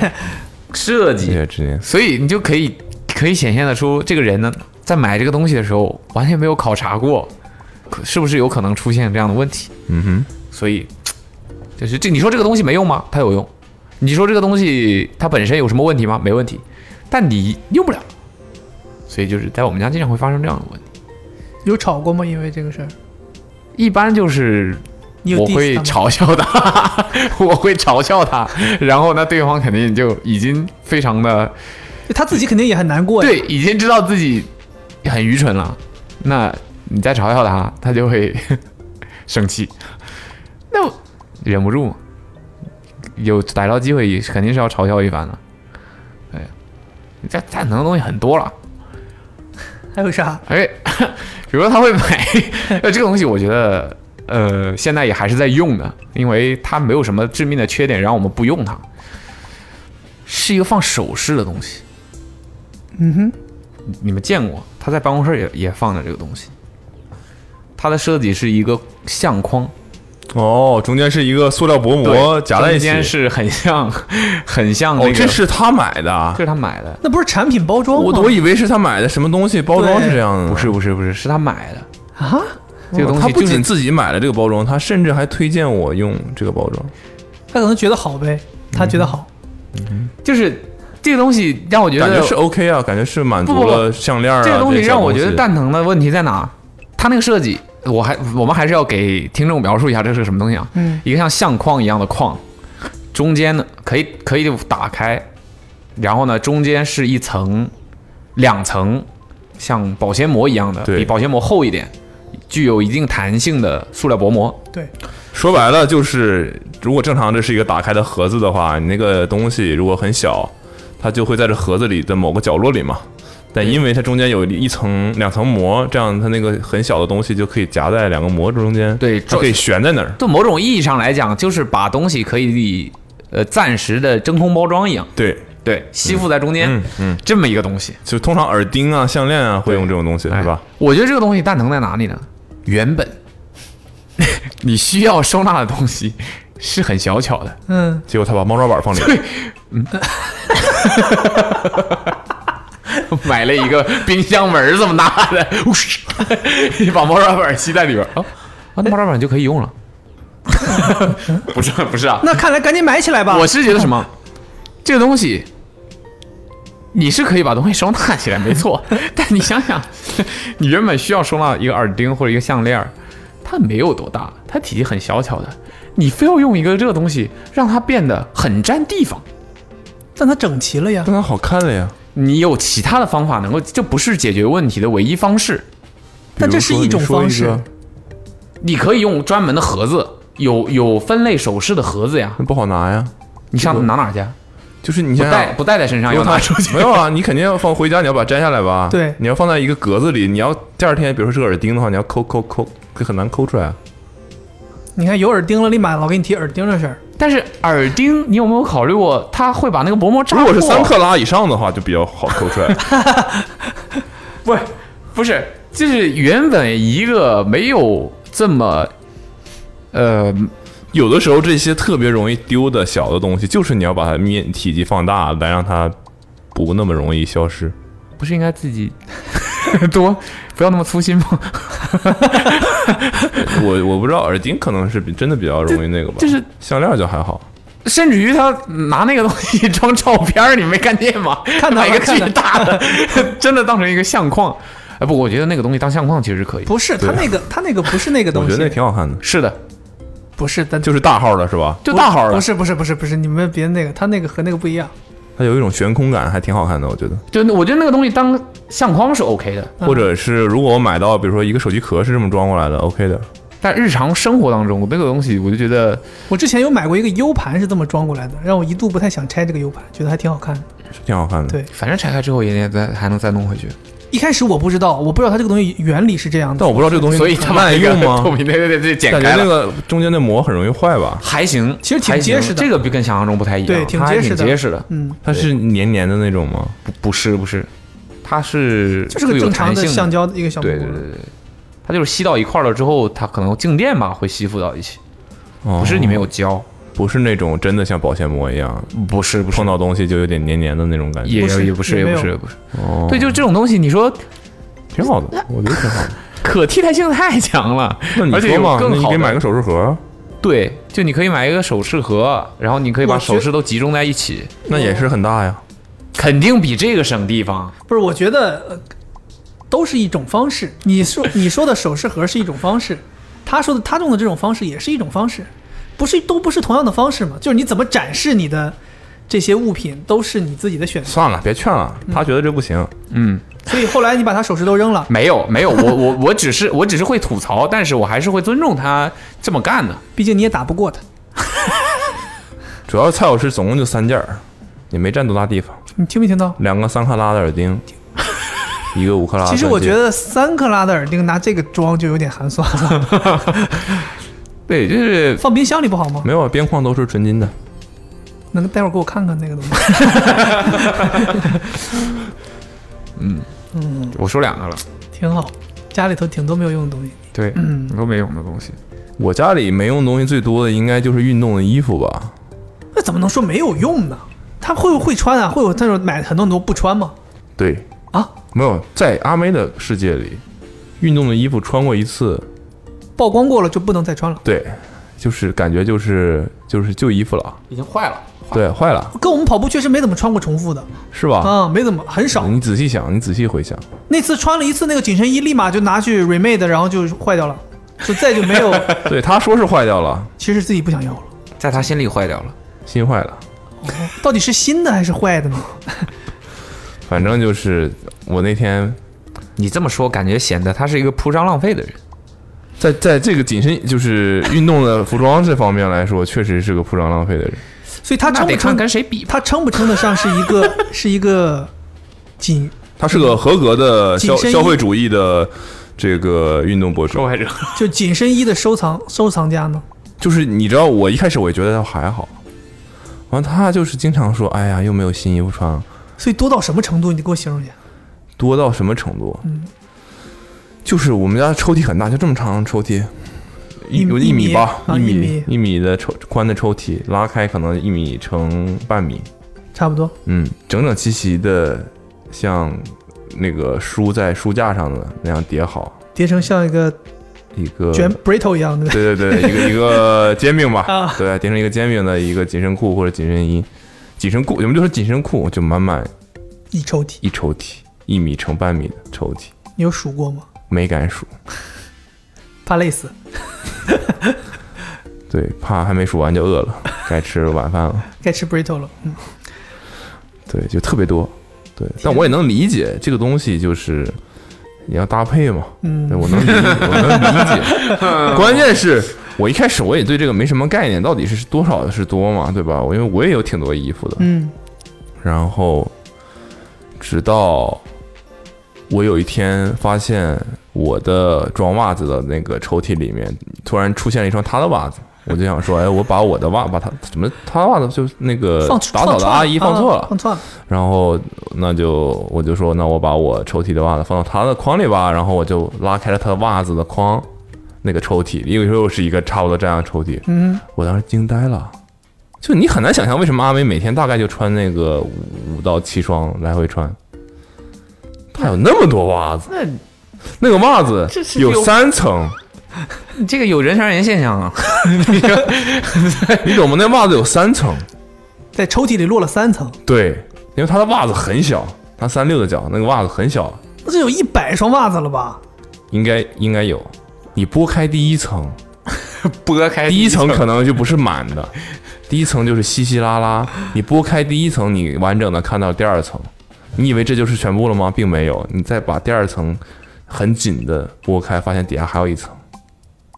Speaker 2: 设
Speaker 4: 谢
Speaker 2: 计，
Speaker 4: 谢执念，
Speaker 2: 所以你就可以可以显现得出这个人呢，在买这个东西的时候完全没有考察过，可是不是有可能出现这样的问题？
Speaker 4: 嗯
Speaker 2: 所以，就是这你说这个东西没用吗？它有用。你说这个东西它本身有什么问题吗？没问题，但你用不了。所以就是在我们家经常会发生这样的问题，
Speaker 3: 有吵过吗？因为这个事儿，
Speaker 2: 一般就是
Speaker 3: 你有
Speaker 2: 我
Speaker 3: diss
Speaker 2: 会
Speaker 3: 他吗
Speaker 2: 嘲笑他， 我会嘲笑他，然后呢，对方肯定就已经非常的
Speaker 3: 他自己肯定也很难过呀。
Speaker 2: 对，已经知道自己很愚蠢了，那你再嘲笑他，他就会 生气，那我忍不住嘛，有逮到机会肯定是要嘲笑一番的。哎对，你这赞能的东西很多了，
Speaker 3: 还有啥？
Speaker 2: 哎， 比如说他会买，呃，这个东西我觉得，呃，现在也还是在用的，因为它没有什么致命的缺点让我们不用它，是一个放首饰的东西。
Speaker 3: 嗯哼。
Speaker 2: 你们见过，他在办公室也也放着这个东西。它的设计是一个相框，
Speaker 4: 哼，哦，中间是一个塑料薄膜夹在一起
Speaker 2: 中。间是很像，很像那
Speaker 4: 哦
Speaker 2: 个。，
Speaker 4: 这是他买的啊
Speaker 2: 这！是他买的，
Speaker 3: 那不是产品包装吗？
Speaker 4: 我我以为是他买的什么东西包装是这样的呢，
Speaker 2: 不是不是不是，是他买的。
Speaker 3: 啊，
Speaker 2: 这个东
Speaker 4: 他
Speaker 2: 西
Speaker 4: 哦不
Speaker 2: 就
Speaker 4: 仅
Speaker 2: 是
Speaker 4: 自己买了这个包装，他甚至还推荐我用这个包装。
Speaker 3: 他可能觉得好呗，他觉得好，
Speaker 2: 就是这个东西让我觉
Speaker 4: 感觉
Speaker 2: 得
Speaker 4: 是 OK 啊，感觉是满
Speaker 2: 不
Speaker 4: 足
Speaker 2: 不不
Speaker 4: 了项链啊。
Speaker 2: 这个东西
Speaker 4: 些小
Speaker 2: 让我觉得
Speaker 4: 东西
Speaker 2: 蛋疼的问题在哪？它那个设计，我还我们还是要给听众描述一下这是个什么东西啊？
Speaker 3: 嗯，
Speaker 2: 一个像相框一样的框，中间呢可以可以打开，然后呢中间是一层两层像保鲜膜一样的，
Speaker 4: 对
Speaker 2: 比保鲜膜厚一点，具有一定弹性的塑料薄膜。
Speaker 4: 嗯
Speaker 3: 对，
Speaker 4: 说白了就是，如果正常这是一个打开的盒子的话，你那个东西如果很小，它就会在这盒子里的某个角落里嘛。但因为它中间有一层两层膜，这样它那个很小的东西就可以夹在两个膜中间，
Speaker 2: 对
Speaker 4: 它可以悬在那儿。
Speaker 2: 就某种意义上来讲，就是把东西可以呃暂时的真空包装一样，
Speaker 4: 对，
Speaker 2: 对，吸附在中间，
Speaker 4: 嗯嗯，
Speaker 2: 这么一个东西。
Speaker 4: 就通常耳钉啊、项链啊会用这种东西，是吧？
Speaker 2: 哎我觉得这个东西蛋疼在哪里呢？原 本你需要收纳的东西是很小巧的，
Speaker 3: 嗯，
Speaker 4: 结果他把猫抓板放里 面，
Speaker 2: 买了一个冰箱门儿这么大的，你把猫抓板吸在里边儿，哦，啊，那猫抓板就可以用了。 不是不是啊，
Speaker 3: 那看来赶紧买起来吧。
Speaker 2: 我是觉得什么，这个东西。你是可以把东西收纳起来，没 错。但你想想，你原本需要收纳一个耳钉或者一个项链儿，它没有多大，它体积很小巧的。你非要用一个这个东西，让它变得很占地方。
Speaker 3: 但它整齐了呀，
Speaker 4: 但它好看了呀。
Speaker 2: 你有其他的方法能够，这不是解决问题的唯一方式。
Speaker 3: 但这是
Speaker 4: 比如说
Speaker 3: 一种方式
Speaker 4: 你说一个
Speaker 2: 你可以用专门的盒子，有有分类首饰的盒子呀。
Speaker 4: 那不好拿呀。
Speaker 2: 你上拿哪儿去啊？
Speaker 4: 就是你
Speaker 2: 不
Speaker 4: 想
Speaker 2: 带
Speaker 4: 想，
Speaker 2: 不带在身上，
Speaker 4: 没有
Speaker 2: 要拿出去。
Speaker 4: 没有啊，你肯定要放回家，你要把它摘下来吧。
Speaker 3: 对
Speaker 4: 你要放在一个格子里，你要第二天，比如说这个耳钉的话，你要抠抠抠，可很难抠出来啊。
Speaker 3: 你看有耳钉了，立马老给你提耳钉的事儿。
Speaker 2: 但是耳钉，你有没有考虑过，它会把那个薄膜扎
Speaker 4: 如
Speaker 2: 破？
Speaker 4: 果是三克拉以上的话，就比较好抠出来。
Speaker 2: 不是不是，就是原本一个没有这么，呃，
Speaker 4: 有的时候这些特别容易丢的小的东西，就是你要把它面体积放大，来让它不那么容易消失。
Speaker 2: 不是应该自己多不要那么粗心吗？
Speaker 4: 我我不知道耳钉可能是比真的比较容易那个吧，
Speaker 2: 就是
Speaker 4: 项链就还好。
Speaker 2: 甚至于他拿那个东西装照片儿，你没看见吗？
Speaker 3: 看到
Speaker 2: 买
Speaker 3: 了
Speaker 2: 一个
Speaker 3: 看
Speaker 2: 巨
Speaker 3: 到了
Speaker 2: 大的， 真的当成一个相框。哎，不，我觉得那个东西当相框其实可以。
Speaker 3: 不是，它那个它那个不是那个
Speaker 4: 啊我
Speaker 3: 东
Speaker 4: 觉
Speaker 3: 西，
Speaker 4: 得那挺好看的，
Speaker 2: 是的，
Speaker 3: 不是，但
Speaker 4: 就是大号的是吧？
Speaker 2: 就大号
Speaker 3: 不
Speaker 2: 的，
Speaker 3: 是不是不是不是，你们别那个，它那个和那个不一样。
Speaker 4: 它有一种悬空感，还挺好看的，我觉得。
Speaker 2: 就我觉得那个东西当相框是 OK 的，
Speaker 3: 嗯
Speaker 4: 或者是如果我买到，比如说一个手机壳是这么装过来的，OK 的。
Speaker 2: 但日常生活当中那个东西，我就觉得
Speaker 3: 我之前有买过一个 U 盘是这么装过来的，让我一度不太想拆这个 U 盘，觉得还挺好看的。
Speaker 4: 是挺好看的。
Speaker 3: 对
Speaker 2: 反正拆开之后也得再还能再弄回去，
Speaker 3: 一开始我不知道，我不知道它这个东西原理是这样的
Speaker 4: 但。我不知道这个东西
Speaker 2: 所以他把那
Speaker 4: 耐
Speaker 2: 个
Speaker 4: 用 吗
Speaker 2: 透？明对对对对，剪
Speaker 4: 感觉
Speaker 2: 开
Speaker 4: 那
Speaker 2: 了。
Speaker 4: 个中间的膜很容易坏吧？
Speaker 2: 还行，
Speaker 3: 其实挺
Speaker 2: 还行
Speaker 3: 结实的
Speaker 2: 这个比跟想象中不太一样，
Speaker 3: 对挺
Speaker 2: 它还
Speaker 3: 结实的
Speaker 2: 挺结实的，
Speaker 3: 嗯，
Speaker 4: 它是黏黏的那种吗？
Speaker 2: 不不是不是，它是
Speaker 3: 就是个
Speaker 2: 会有
Speaker 3: 正常
Speaker 2: 弹性
Speaker 3: 的
Speaker 2: 的
Speaker 3: 橡胶的一个小膜。
Speaker 2: 对对对对，对它就是吸到一块儿了之后，它可能静电吧会吸附到一起，
Speaker 4: 哦
Speaker 2: 不是你没，有胶，
Speaker 4: 不是那种真的像保鲜膜一样，
Speaker 2: 不是不
Speaker 4: 碰到东西就有点黏黏的那种感觉。
Speaker 2: 也
Speaker 3: 不是
Speaker 2: 也不是
Speaker 3: 也
Speaker 2: 也
Speaker 3: 没
Speaker 2: 不
Speaker 3: 有
Speaker 2: 是也不是，
Speaker 4: 哦，
Speaker 2: 对，就这种东西，你说
Speaker 4: 挺好的，我觉得挺好 的。
Speaker 2: 可替代性太强了，
Speaker 4: 那你
Speaker 2: 而且
Speaker 4: 说
Speaker 2: 有
Speaker 4: 嘛，那
Speaker 2: 更
Speaker 4: 你
Speaker 2: 好
Speaker 4: 可以
Speaker 2: 的
Speaker 4: 买个手术盒，
Speaker 2: 对，就你可以买一个首饰盒，然后你可以把
Speaker 3: 我觉
Speaker 2: 首饰都集中在一起，
Speaker 4: 那也是很大呀。
Speaker 2: 嗯肯定比这个省地方。
Speaker 3: 不是，我觉得、呃、都是一种方式。你说你说的手饰盒是一种方式，他说的他用的这种方式也是一种方式，不是都不是同样的方式嘛？就是你怎么展示你的这些物品，都是你自己的选择。
Speaker 4: 算了，别劝了，他觉得这不行。
Speaker 2: 嗯，
Speaker 3: 所以后来你把他首饰都扔了，
Speaker 2: 没有没有，我我 我只是我只是会吐槽，但是我还是会尊重他这么干的。
Speaker 3: 毕竟你也打不过他，
Speaker 4: 主要蔡老师总共就三件儿，也没占多大地方，
Speaker 3: 你听没听到？
Speaker 4: 两个三克拉的耳 钉，一个五克拉的
Speaker 3: 其
Speaker 4: 钻戒。
Speaker 3: 实我觉得三克拉的耳钉拿这个装就有点寒酸了，
Speaker 2: 对，就是
Speaker 3: 放冰箱里不好吗？
Speaker 4: 没有啊，边框都是纯金的。
Speaker 3: 能待会儿给我看看那个东西？
Speaker 2: 我说两个了，
Speaker 3: 挺好，家里头挺多没有用的东西。
Speaker 2: 对，
Speaker 3: 嗯
Speaker 2: 都没用的东西。
Speaker 4: 我家里没用的东西最多的应该就是运动的衣服吧，
Speaker 3: 那怎么能说没有用呢？他会不会穿啊？会有那种买很多很多不穿吗？
Speaker 4: 对，
Speaker 3: 啊，
Speaker 4: 没有在阿妹的世界里，运动的衣服穿过一次
Speaker 3: 曝光过了就不能再穿了，
Speaker 4: 对，就是感觉就是就是旧衣服了，
Speaker 2: 已经坏了。
Speaker 4: 对，坏了，
Speaker 3: 跟我们跑步确实没怎么穿过重复的
Speaker 4: 是吧？
Speaker 3: 啊，没怎么很少。
Speaker 2: 嗯
Speaker 4: 你仔细想，你仔细回想，
Speaker 3: 那次穿了一次那个紧身衣，立马就拿去 remade，然后就坏掉了，就再就没 有，
Speaker 4: 对，他说是坏掉了，
Speaker 3: 其实自己不想要了。
Speaker 2: 在他心里坏掉了。
Speaker 4: 心坏了，
Speaker 3: 到底是新的还是坏的呢？
Speaker 4: 反正就是我那天
Speaker 2: 你这么说，感觉显得他是一个铺张浪费的人。
Speaker 4: 在在这个紧身就是运动的服装这方面来说，确实是个铺张浪费的人。
Speaker 3: 所以他
Speaker 2: 那
Speaker 3: 称不
Speaker 2: 得
Speaker 3: 称
Speaker 2: 看跟谁比吧。
Speaker 3: 他称不称得上是一个 是一个紧
Speaker 4: 他是个合格的消
Speaker 3: 嗯紧身衣
Speaker 4: 消费主义的这个运动博主，
Speaker 2: 害者，
Speaker 3: 就紧身衣的收藏收藏家呢？
Speaker 4: 就是你知道，我一开始我也觉得他还好，完了他就是经常说：“哎呀，又没有新衣服穿了。
Speaker 3: 所以多到什么程度？你给我形容一下。”
Speaker 4: 多到什么程度？
Speaker 3: 嗯，
Speaker 4: 就是我们家抽屉很大，就这么长的抽屉，
Speaker 3: 一
Speaker 4: 有
Speaker 3: 一
Speaker 4: 一
Speaker 3: 米
Speaker 4: 米吧，
Speaker 3: 啊
Speaker 4: 一
Speaker 3: 一米
Speaker 4: 一米的抽宽的抽屉，拉开可能一米乘半米，
Speaker 3: 差不多。
Speaker 4: 嗯，整整齐齐的，像那个书在书架上的那样叠好，
Speaker 3: 叠成像一个
Speaker 2: 呃
Speaker 4: 一个
Speaker 3: 卷 burrito 一样的，
Speaker 4: 对对对，一个一个煎饼
Speaker 3: 啊
Speaker 4: 吧，对，叠成一个煎饼的一个紧身裤或者紧身衣，紧身裤，我们就说紧身裤，就满满
Speaker 3: 一抽屉。
Speaker 4: 一抽屉，一米乘半米的抽屉，
Speaker 3: 你有数过吗？
Speaker 4: 没敢数，
Speaker 3: 怕累死。
Speaker 4: 对，怕还没数完就饿了，该吃晚饭了，
Speaker 3: 该吃 burrito 了。嗯，
Speaker 4: 对，就特别多，对，但我也能理解这个东西就是你要搭配嘛，
Speaker 3: 嗯
Speaker 4: 对我能理，我能理解，关键是。我一开始我也对这个没什么概念，到底是多少是多嘛，对吧？我因为我也有挺多衣服的，
Speaker 3: 嗯，
Speaker 4: 然后直到我有一天发现我的装袜子的那个抽屉里面突然出现了一双他的袜子，我就想说，哎，我把我的袜把他怎么他的袜子就是那个
Speaker 3: 放
Speaker 4: 打呃扫的阿姨放错
Speaker 3: 啊
Speaker 4: 了，
Speaker 3: 放错了。
Speaker 4: 然后那就我就说，那我把我抽屉的袜子放到他的筐里吧，然后我就拉开了他的袜子的筐。那个抽屉，因为又是一个差不多这样的抽屉，
Speaker 3: 嗯，
Speaker 4: 我当时惊呆了，就你很难想象为什么阿美每天大概就穿那个五五到七双来回穿，她有那么多袜子，
Speaker 2: 那
Speaker 4: 那个袜子
Speaker 2: 这是有
Speaker 4: 有三层，
Speaker 2: 你 这个有人传人现象 啊！
Speaker 4: 你懂吗？那袜子有三层，
Speaker 3: 在抽屉里落了三层，
Speaker 4: 对，因为她的袜子很小，她三六的脚，那个袜子很小，
Speaker 3: 那这有一百双袜子了吧？
Speaker 4: 应该应该有。你拨开第一层，
Speaker 2: 拨开
Speaker 4: 第一层可能就不是满的，第一层就是稀稀拉拉。你拨开第一层，你完整的看到第二层，你以为这就是全部了吗？并没有，你再把第二层很紧的拨开，发现底下还有一层，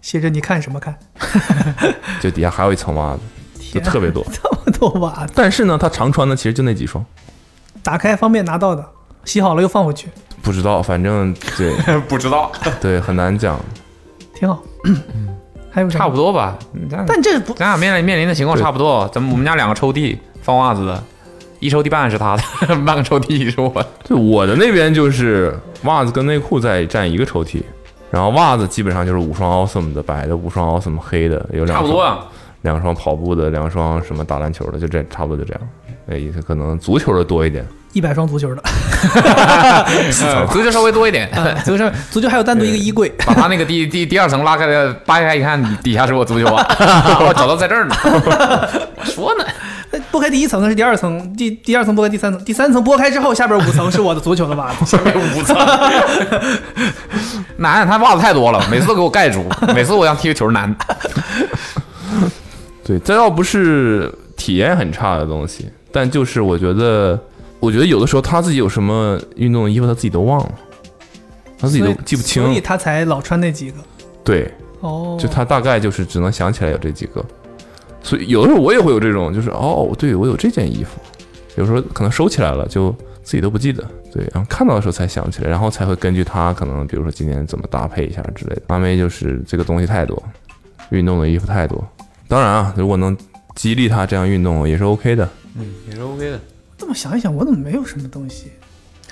Speaker 3: 写着你看什么看？
Speaker 4: 就底下还有一层袜子，就特别多。
Speaker 3: 这么多袜子，
Speaker 4: 但是呢，他常穿的其实就那几双，
Speaker 3: 打开方便拿到的，洗好了又放回去，
Speaker 4: 不知道，反正对
Speaker 2: 不知道，
Speaker 4: 对很难讲。
Speaker 3: 挺好。
Speaker 4: 嗯
Speaker 3: 还有啥
Speaker 2: 差不多 吧。你这样
Speaker 3: 但这不
Speaker 2: 咱俩面临面临的情况差不多。咱们我们家两个抽屉放袜子的，一抽屉半是他的， 半个抽屉是我的。
Speaker 4: 对，我的那边就是袜子跟内裤在占一个抽屉，然后袜子基本上就是五双 awesome 的白的，五双 awesome 黑的，有两
Speaker 2: 差不
Speaker 4: 双
Speaker 2: 多啊，
Speaker 4: 两双跑步的，两双什么打篮球的，就这差不多就这样。哎，也可能足球的多一点，
Speaker 3: 一百双足球的，啊
Speaker 2: 嗯足球稍微多一点。
Speaker 3: 足球足球还有单独一个衣柜，
Speaker 2: 把他那个第第第二层拉开了，扒开一看，底下是我足球袜， 我找到在这儿呢。 我说呢，
Speaker 3: 那拨开第一层的是第二层，第第二层拨开第三层，第三层拨开之后，下边五层是我的足球的袜子。
Speaker 2: 下面有五层。 男，他袜子太多了，每次都给我盖住，每次我想踢球难。
Speaker 4: 对，这倒不是体验很差的东西，但就是我觉得，我觉得有的时候他自己有什么运动的衣服，他自己都忘了，他 自己
Speaker 3: 所
Speaker 4: 都
Speaker 3: 以
Speaker 4: 记不
Speaker 3: 所以
Speaker 4: 清。
Speaker 3: 他才老穿那几个。
Speaker 4: 对，
Speaker 3: 哦，
Speaker 4: 就他大概就是只能想起来有这几个，所以有的时候我也会有这种，就是哦，对我有这件衣服，有时候可能收起来了就自己都不记得，对，然后看到的时候才想起来，然后才会根据他可能比如说今年怎么搭配一下之类的。阿妹就是这个东西太多，运动的衣服太多，当然啊，如果能激励他这样运动也是 OK 的。
Speaker 2: 也是 OK 的。
Speaker 3: 这么想一想，我怎么没有什么东西？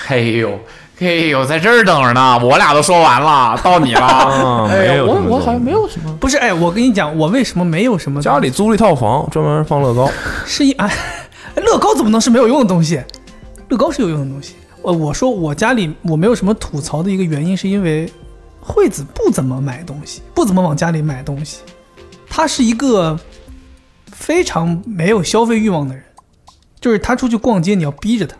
Speaker 2: 嘿呦，嘿呦，在这儿等着呢，我俩都说完了，到你了。
Speaker 4: 啊，没有、我我好像没有，
Speaker 3: 不是，哎，我跟你讲，我为什么没有什么
Speaker 4: 家里租了一套房，专门放乐高，
Speaker 3: 是因哎，乐高怎么能是没有用的东西？乐高是有用的东西。呃，我说我家里我没有什么吐槽的一个原因，是因为惠子不怎么买东西，不怎么往家里买东西，她是一个非常没有消费欲望的人，就是她出去逛街，你要逼着她，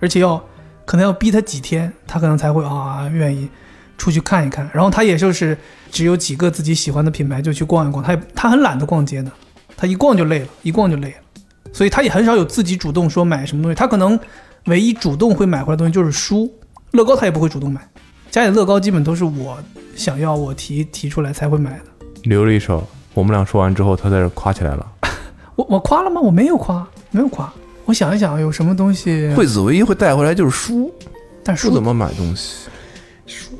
Speaker 3: 而且要可能要逼她几天，她可能才会啊愿意出去看一看。然后她也就是只有几个自己喜欢的品牌就去逛一逛，她也她很懒得逛街的，她一逛就累了，一逛就累了，所以她也很少有自己主动说买什么东西，她可能唯一主动会买回来的东西就是书，乐高她也不会主动买。家里乐高基本都是我想要，我提提出来才会买的。
Speaker 4: 留了一手。我们俩说完之后，他在这夸起来了。
Speaker 3: 我我夸了吗？我没有夸，没有夸。我想一想，有什么东西？
Speaker 4: 惠子唯一会带回来就是书，
Speaker 3: 但
Speaker 4: 不
Speaker 3: 书
Speaker 4: 怎么买东西，书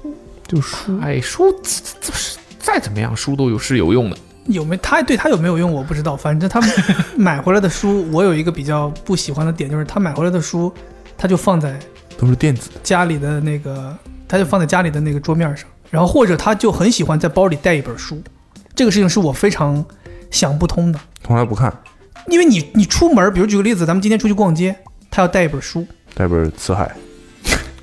Speaker 4: 就书。
Speaker 2: 哎，书这这是再怎么样，书都有是有用的。
Speaker 3: 有没他对他有没有用我不知道，反正他 买回来的书，我有一个比较不喜欢的点，就是他买回来的书，他就放在
Speaker 4: 都是电子的，
Speaker 3: 家里的那个，他就放在家里的那个桌面上，然后或者他就很喜欢在包里带一本书，这个事情是我非常想不通的，
Speaker 4: 从来不看。
Speaker 3: 因为你你出门，比如举个例子，咱们今天出去逛街，他要带一本书，
Speaker 4: 带本《辞海》，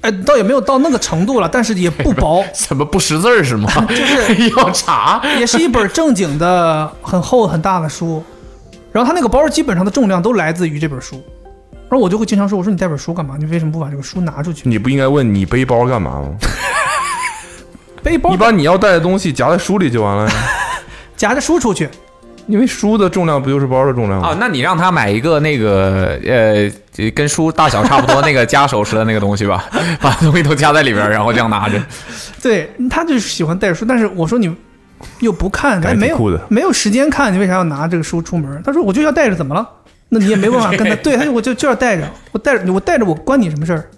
Speaker 3: 哎，倒也没有到那个程度了，但是也不薄，
Speaker 2: 什么不识字儿是 吗？
Speaker 3: 是
Speaker 2: 要查
Speaker 3: 也是一本正经的、很厚很大的书。然后他那个包基本上的重量都来自于这本书。然后我就会经常说：“我说你带本书干嘛？你为什么不把这个书拿出去？
Speaker 4: 你不应该问你背包干嘛 吗？
Speaker 3: 背包
Speaker 4: 你把你要带的东西夹在书里就完了呀，
Speaker 3: 夹着书出去。
Speaker 4: 因为书的重量不就是包的重量
Speaker 2: 啊
Speaker 4: 吗？！
Speaker 2: 那你让他买一个那个呃，跟书大小差不多那个夹手持的那个东西吧，把东西都夹在里边儿，然后这样拿着。”
Speaker 3: 对，他就是喜欢带着书。但是我说你又不看，
Speaker 4: 感
Speaker 3: 哎，
Speaker 4: 觉
Speaker 3: 没
Speaker 4: 挺酷
Speaker 3: 有
Speaker 4: 的
Speaker 3: 没有时间看，你为啥要拿这个书出门？他说：“我就要带着，怎么了？”那你也没办法 跟他对，他就我就就要带着，我带着我带着我关你什么事儿？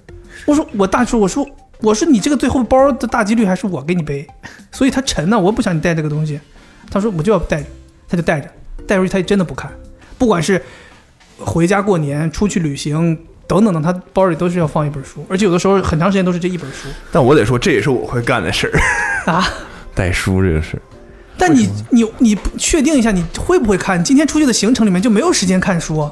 Speaker 3: 我说我大叔，我说我说你这个最后包的大几率还是我给你背，所以他沉呢，我不想你带这个东西。他说我就要带着，他就带着，带出去他也真的不看，不管是回家过年、出去旅行等等等，他包里都是要放一本书，而且有的时候很长时间都是这一本书
Speaker 4: 但我得说，这也是我会干的事儿，
Speaker 3: 啊。
Speaker 4: 带书这个事。
Speaker 3: 但你你你确定一下你会不会看？今天出去的行程里面就没有时间看书，啊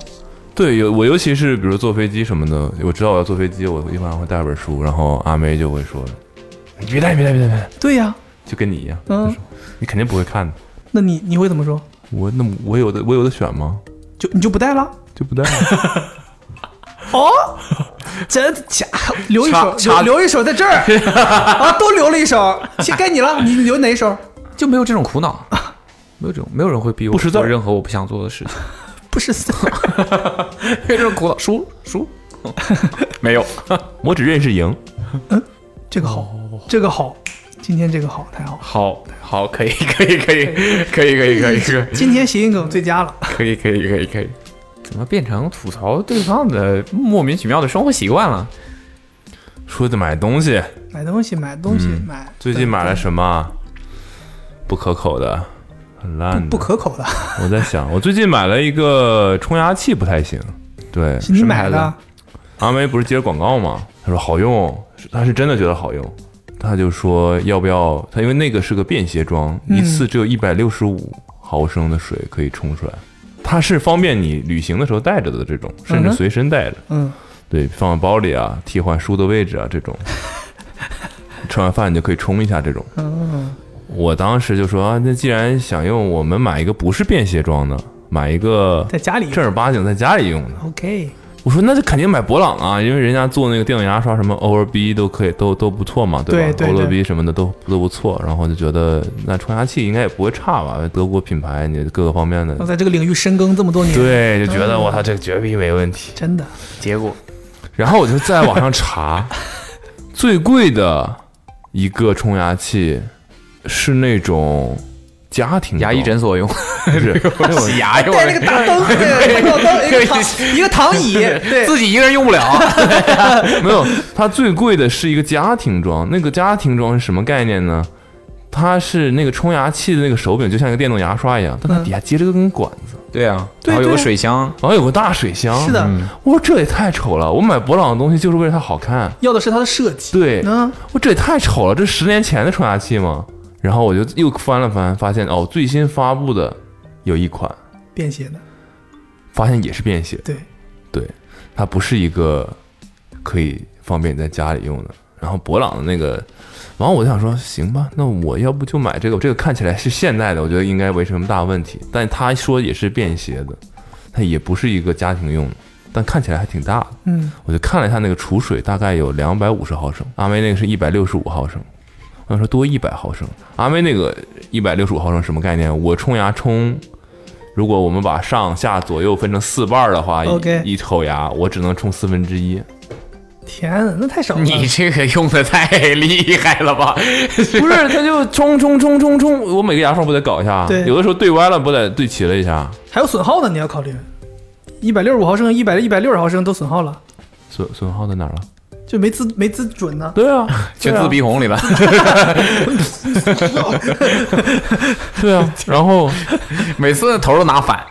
Speaker 4: 对，有我尤其是比如坐飞机什么的，我知道我要坐飞机，我一般会带本书，然后阿梅就会说：“你别带，别带，别带，别带。
Speaker 3: 对呀、”
Speaker 4: 就跟你一样，
Speaker 3: 嗯
Speaker 4: 就是你肯定不会看的。
Speaker 3: 那你你会怎么说？
Speaker 4: 我那我有的我有的选吗？
Speaker 3: 就你就不带了？
Speaker 4: 就不带了。
Speaker 3: 哦，真假？留一手，
Speaker 2: 插插
Speaker 3: 留留一手在 这儿啊，都留了一手，先该你了，你留哪一手？
Speaker 2: 就没有这种苦恼，没有这种，没有人会逼我
Speaker 4: 不识字
Speaker 2: 做
Speaker 4: 儿
Speaker 2: 任何我不想做的事情，
Speaker 3: 不是四，
Speaker 4: 哦
Speaker 2: 没有这种苦恼。输 输，没有，
Speaker 4: 我只认识赢，
Speaker 3: 这个好，这个好，今天这个好，太好了，
Speaker 2: 好好，可以，可以，可以，可以，可以，可以，可以，
Speaker 3: 今天谐音梗最佳了。
Speaker 2: 可以，可以，可以，可以，怎么变成吐槽对方的莫名其妙的生活习惯了？
Speaker 4: 说的买东西，
Speaker 3: 买东西，买东西，买。
Speaker 4: 嗯最近买了什么？不可口的，很烂的。
Speaker 3: 不可口的，
Speaker 4: 我在想，我最近买了一个冲牙器，不太行。对，
Speaker 3: 是你买
Speaker 2: 什么
Speaker 3: 的
Speaker 2: 牌？
Speaker 4: 阿梅不是接了广告吗？她说好用，哦她是真的觉得好用。她就说要不要？她因为那个是个便携装，
Speaker 3: 嗯
Speaker 4: 一次只有一百六十五毫升的水可以冲出来。它是方便你旅行的时候带着的这种，甚
Speaker 3: 嗯
Speaker 4: 至
Speaker 3: 哼
Speaker 4: 随身带着，
Speaker 3: 嗯，
Speaker 4: 对，放在包里啊，替换书的位置啊，这 种。吃完饭你就可以冲一下这种。
Speaker 3: 嗯，
Speaker 4: 我当时就说啊，那既然想用，我们买一个不是便携装的，买一个
Speaker 3: 在家里。
Speaker 4: 正儿八经在家里用的。
Speaker 3: OK，
Speaker 4: 我说那就肯定买博朗啊，因为人家做那个电动牙刷什么 Oral B 都可以，都都不错嘛，吧？
Speaker 3: 对对
Speaker 4: Oral
Speaker 3: 对
Speaker 4: B 什么的都都不错，然后就觉得那冲牙器应该也不会差吧，德国品牌，你各个方面的
Speaker 3: 我，在这个领域深耕这么多年，
Speaker 4: 对，就觉得我操，这个绝逼没问题。
Speaker 3: 真的，
Speaker 2: 结果
Speaker 4: 然后我就在网上 查，最贵的一个冲牙器是那种家庭
Speaker 2: 牙医
Speaker 4: 装
Speaker 2: 诊所用，
Speaker 4: 不 是
Speaker 3: 哎
Speaker 2: 洗
Speaker 4: 哎
Speaker 2: 牙用
Speaker 3: 带那个
Speaker 2: 的，
Speaker 3: 大灯，对，小灯，一个躺一个躺 椅，对，
Speaker 2: 自己一个人用不 了。
Speaker 4: 没有，它最贵的是一个家庭装。那个家庭装是什么概念呢？它是那个冲牙器的那个手柄，就像一个电动牙刷一样，
Speaker 3: 嗯
Speaker 4: 但它底下接着根管子，
Speaker 2: 对啊，
Speaker 3: 对
Speaker 2: 然后有个
Speaker 3: 对啊
Speaker 2: 水箱，
Speaker 4: 然后有个大水箱。
Speaker 3: 是，的，
Speaker 4: 我说这也太丑了。我买博朗的东西就是为了它好看。
Speaker 3: 要的是它的设计。
Speaker 4: 对，
Speaker 3: 嗯，
Speaker 4: 我这也太丑了，这十年前的冲牙器吗？然后我就又翻了翻，发现哦，最新发布的有一款，
Speaker 3: 便携的，
Speaker 4: 发现也是便携，
Speaker 3: 对，
Speaker 4: 对，它不是一个可以方便你在家里用的。然后博朗的那个，然后我就想说，行吧，那我要不就买这个，这个看起来是现代的，我觉得应该没什么大问题。但他说也是便携的，它也不是一个家庭用的，但看起来还挺大的。
Speaker 3: 嗯，
Speaker 4: 我就看了一下那个储水，大概有两百五十毫升，阿妹那个是一百六十五毫升。我想说多一百毫升，阿妹那个一百六十五毫升什么概念？我冲牙冲，如果我们把上下左右分成四瓣儿的话
Speaker 3: OK
Speaker 4: 一一口牙我只能冲四分之一。
Speaker 3: 天哪，那太少了。
Speaker 2: 你这个用的太厉害了 吧？
Speaker 4: 不是，他就冲冲冲冲冲，我每个牙缝不得搞一下？
Speaker 3: 对
Speaker 4: 有的时候对歪了不得对齐了一下？
Speaker 3: 还有损耗呢，你要考虑。一百六十五毫升、一百一百六十毫升都损耗了，
Speaker 4: 损损耗在哪儿了？
Speaker 3: 就没资没资准呢、
Speaker 4: 对 啊，
Speaker 2: 去自闭孔里了，
Speaker 4: 对啊。 然后
Speaker 2: 每次头都拿 反，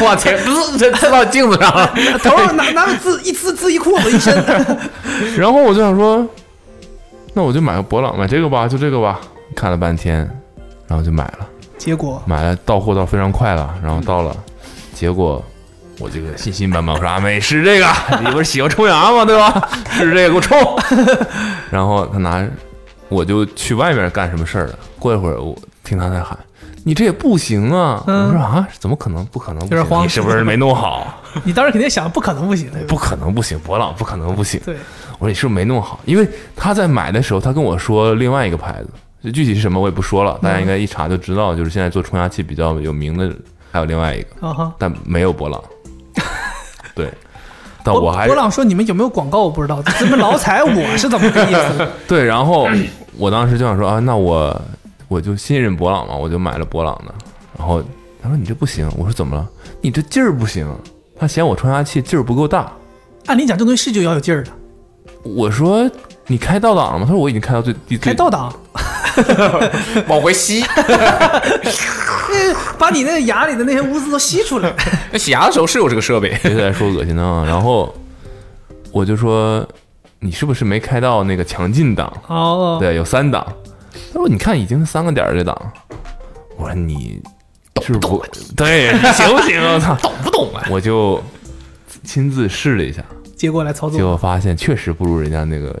Speaker 2: 往前，噗这刺到镜子上了。
Speaker 3: 头上拿拿个字一呲呲一裤子一身，
Speaker 4: 然后我就想说，那我就买个博朗，买这个吧，就这个吧。看了半天，然后就买了，
Speaker 3: 结果
Speaker 4: 买了到货到非常快了，然后到了，结果我这个信心满满，我说阿妹是这个， 你不是喜欢冲牙吗？对吧？是这个，给我冲。 然后他拿，我就去外面干什么事儿了。过一会儿我听他在喊。你这也不行啊！
Speaker 3: 嗯
Speaker 4: 我说啊，怎么可能？不可能！不
Speaker 3: 有点
Speaker 4: 行
Speaker 3: 慌
Speaker 4: 你是不是没弄好？
Speaker 3: 你当时肯定想不可能不行，对吧
Speaker 4: 不可能不行，博朗不可能不行。
Speaker 3: 对，
Speaker 4: 我说你是不是没弄好？因为他在买的时候，他跟我说另外一个牌子，就具体是什么我也不说了，大
Speaker 3: 嗯
Speaker 4: 家应该一查就知道，就是现在做冲牙器比较有名的还有另外一个，
Speaker 3: 啊哈。
Speaker 4: 但没有博 朗。对，但我还
Speaker 3: 博朗说你们有没有广告我不知道，怎么劳财我是怎么个意 思？
Speaker 4: 对，然后我当时就想说啊，那我我就信任博朗嘛，我就买了博朗的。然后他说你这不行，我说怎么了？你这劲儿不行。他嫌我冲牙器劲儿不够大，
Speaker 3: 按理讲这东西是就要有劲儿的，
Speaker 4: 我说你开倒档了吗？他说我已经开到最低，
Speaker 3: 开
Speaker 4: 最
Speaker 3: 倒档，
Speaker 2: 往回吸。
Speaker 3: 呃把你那个牙里的那些污渍都吸出来。
Speaker 2: 那洗牙的时候是有这个设备，
Speaker 4: 别再说恶心的啊。然后我就说你是不是没开到那个强劲档？
Speaker 3: 哦，
Speaker 4: 对，有三档。他说你看已经三个点儿这档。我说你是不是不对，你行不行啊？我操！
Speaker 2: 啊懂不懂啊？
Speaker 4: 我就亲自试了一下，
Speaker 3: 接过来
Speaker 2: 嗯
Speaker 3: 操
Speaker 4: 结
Speaker 3: 作，
Speaker 4: 果发现确实不如人家那个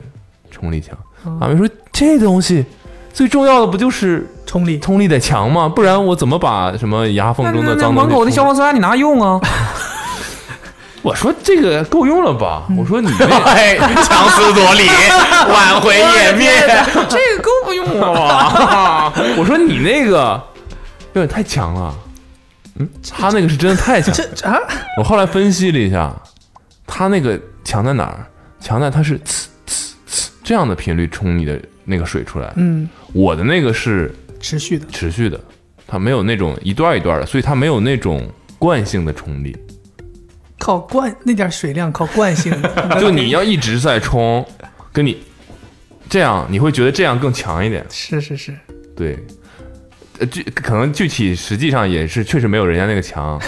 Speaker 4: 冲力强。
Speaker 2: 嗯
Speaker 4: 阿明说这东西。最重要的不就是
Speaker 3: 冲力，
Speaker 4: 冲力得强吗？不然我怎么把什么牙缝中的脏东西？
Speaker 2: 黄酸你拿用啊？
Speaker 4: 我说这个够用了吧？我说你这
Speaker 2: 哎，强词夺 理，挽回颜面，
Speaker 4: 这个够不用啊了吧？ 我说你那个有点太强了，嗯，他那个是真的太强。
Speaker 3: 这这啊，
Speaker 4: 我后来分析了一下，他那个强在哪儿？强在它是呲呲呲这样的频率冲你的那个水出来，
Speaker 3: 嗯，
Speaker 4: 我的那个是
Speaker 3: 持续的，
Speaker 4: 持续的，它没有那种一段一段的，所以它没有那种惯性的冲力。
Speaker 3: 靠惯那点水量靠惯性的，
Speaker 4: 就你要一直在冲，跟你这样，你会觉得这样更强一点。
Speaker 3: 是是是，
Speaker 4: 对，呃，具可能具体实际上也是确实没有人家那个强。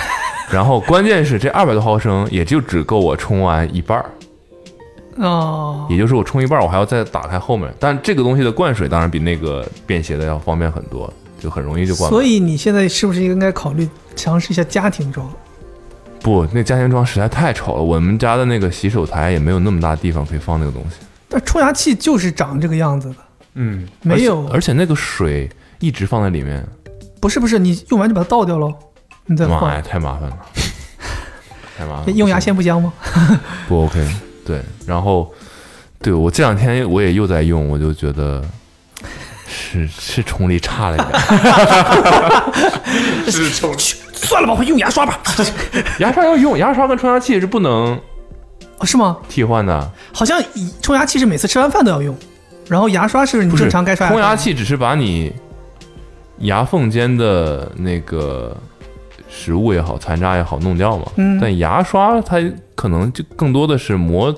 Speaker 4: 然后关键是这二百多毫升也就只够我冲完一半儿，
Speaker 3: 哦，
Speaker 4: 也就是我冲一半儿，我还要再打开后面。但这个东西的灌水当然比那个便携的要方便很多，就很容易就灌满。
Speaker 3: 所以你现在是不是应该考虑尝试一下家庭装？
Speaker 4: 不，那家庭装实在太丑了，我们家的那个洗手台也没有那么大地方可以放那个东西，
Speaker 3: 但冲牙器就是长这个样子的，
Speaker 2: 嗯，
Speaker 3: 没有，
Speaker 4: 而且那个水一直放在里面，
Speaker 3: 不是不是，你用完就把它倒掉喽，你再
Speaker 4: 妈呀，
Speaker 3: 换。
Speaker 4: 太麻烦了，太麻烦了。
Speaker 3: 用牙
Speaker 4: 不行
Speaker 3: 线不香吗？
Speaker 4: 不 OK，对，然后对我这两天我也又在用，我就觉得是是冲力差了一点，
Speaker 2: 是 冲
Speaker 3: 算了吧，我用牙刷吧。
Speaker 4: 牙刷要用，牙刷跟冲牙器是不能
Speaker 3: 哦，是吗？
Speaker 4: 替换的，
Speaker 3: 好像以冲牙器是每次吃完饭都要用，然后牙刷是你
Speaker 4: 不是
Speaker 3: 正常该刷
Speaker 4: 冲牙
Speaker 3: 牙
Speaker 4: 器只是把你牙缝间的那个食物也好、残渣也好弄掉嘛，
Speaker 3: 嗯
Speaker 4: 但牙刷它可能就更多的是磨。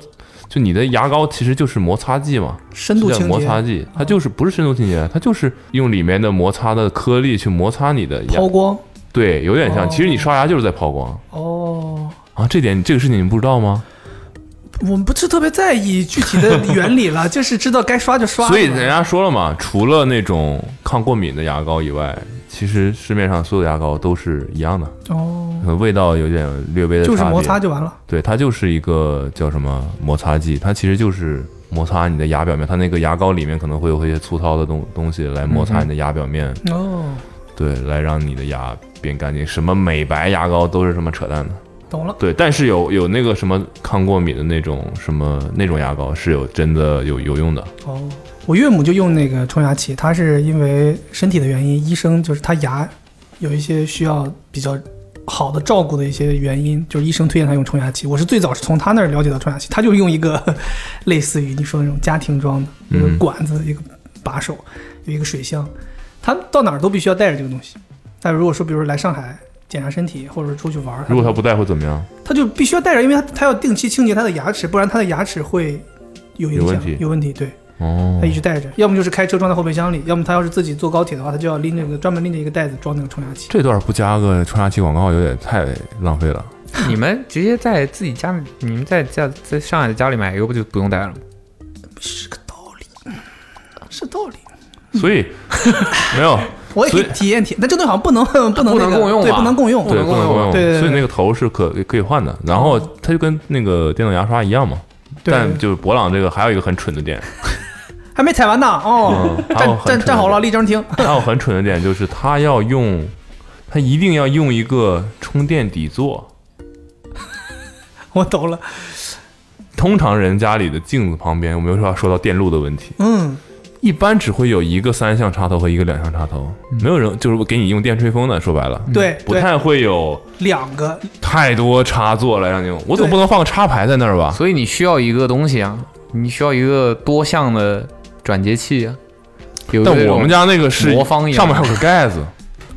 Speaker 4: 就你的牙膏其实就是摩擦剂嘛，
Speaker 3: 深度
Speaker 4: 是叫
Speaker 3: 清
Speaker 4: 摩擦
Speaker 3: 洁、哦
Speaker 4: 剂，它就是不是深度清洁，它就是用里面的摩擦的颗粒去摩擦你的牙
Speaker 3: 抛光。
Speaker 4: 对，有点像。
Speaker 3: 哦
Speaker 4: 其实你刷牙就是在抛光
Speaker 3: 哦，
Speaker 4: 啊，这点这个事情你们不知道吗？
Speaker 3: 我们不是特别在意具体的原理了， 就是知道该刷就刷了嘛。
Speaker 4: 所以人家说了嘛，除了那种抗过敏的牙膏以外，其实市面上所有牙膏都是一样的，
Speaker 3: 哦，
Speaker 4: 可能味道有点略微的
Speaker 3: 就是
Speaker 4: 差别
Speaker 3: 摩擦就完了。
Speaker 4: 对，它就是一个叫什么摩擦剂，它其实就是摩擦你的牙表面，它那个牙膏里面可能会有一些粗糙的东东西来摩
Speaker 3: 嗯
Speaker 4: 擦你的牙表面，
Speaker 3: 哦，
Speaker 4: 对，来让你的牙变干净。什么美白牙膏都是什么扯淡的，
Speaker 3: 懂了，
Speaker 4: 对。但是有有那个什么抗过敏的那种什么那种牙膏是有真的有有用的，
Speaker 3: 哦。我岳母就用那个冲牙器，她是因为身体的原因，医生就是她牙有一些需要比较好的照顾的一些原因，就是医生推荐她用冲牙器。我是最早是从她那儿了解到冲牙器，她就是用一个 类似于你说那种家庭装的一个
Speaker 4: 嗯
Speaker 3: 管子、一个把手、有一个水箱，她到哪儿都必须要带着这个东西。但如果说比如说来上海检查身体，或者是出去玩儿，
Speaker 4: 如果它不戴会怎么样？
Speaker 3: 他就必须要戴着，因为他他要定期清洁他的牙齿，不然他的牙齿会有影响，
Speaker 4: 有问题
Speaker 3: 对，
Speaker 4: 哦
Speaker 3: 他一直戴着，要么就是开车装在后备箱里，要么他要是自己坐高铁的话，他就要拎那个专门拎着一个袋子装那个冲牙器。
Speaker 4: 这段不加个冲牙器广告有点太浪费了。
Speaker 2: 你们直接在自己家里，你们在家在上海的家里买一个不就不用带了吗？
Speaker 3: 是个道理，嗯是道理。
Speaker 4: 所以没有
Speaker 3: 我也可以
Speaker 4: 所以
Speaker 3: 体验体验，但这东西好像不能不能、那个、
Speaker 2: 不能共用
Speaker 3: 对，
Speaker 2: 吧
Speaker 3: 不能共用。
Speaker 4: 对
Speaker 2: 能
Speaker 4: 不
Speaker 2: 共
Speaker 4: 能
Speaker 2: 用
Speaker 4: 共用，
Speaker 3: 对对对
Speaker 4: 所以那个头是可可以换的。然
Speaker 2: 哦
Speaker 4: 后它就跟那个电动牙刷一样嘛。
Speaker 3: 对
Speaker 4: 但就是博朗这个还有一个很蠢的点，
Speaker 3: 还没踩完呢，哦，
Speaker 4: 嗯还有
Speaker 3: 站
Speaker 4: 很
Speaker 3: 站
Speaker 4: 蠢
Speaker 3: 站好
Speaker 4: 的
Speaker 3: 了，立正听。
Speaker 4: 还有很蠢的点就是它要用，它一定要用一个充电底座。
Speaker 3: 我懂了，嗯
Speaker 4: 通常人家里的镜子旁边，我们又说要说到电路的问题，
Speaker 3: 嗯，
Speaker 4: 一般只会有一个三相插头和一个两相插头，
Speaker 2: 嗯
Speaker 4: 没有人就是给你用电吹风的。说白了，
Speaker 3: 对
Speaker 4: 不
Speaker 3: 对，
Speaker 4: 太会有
Speaker 3: 两个
Speaker 4: 太多插座来让你用，我总
Speaker 3: 对
Speaker 4: 不能放个插排在那儿吧？
Speaker 2: 所以你需要一个东西啊，你需要一个多项的转接器啊。有
Speaker 4: 但
Speaker 2: 这种
Speaker 4: 我们家那个是
Speaker 2: 魔方一样
Speaker 4: 上面还有个盖子，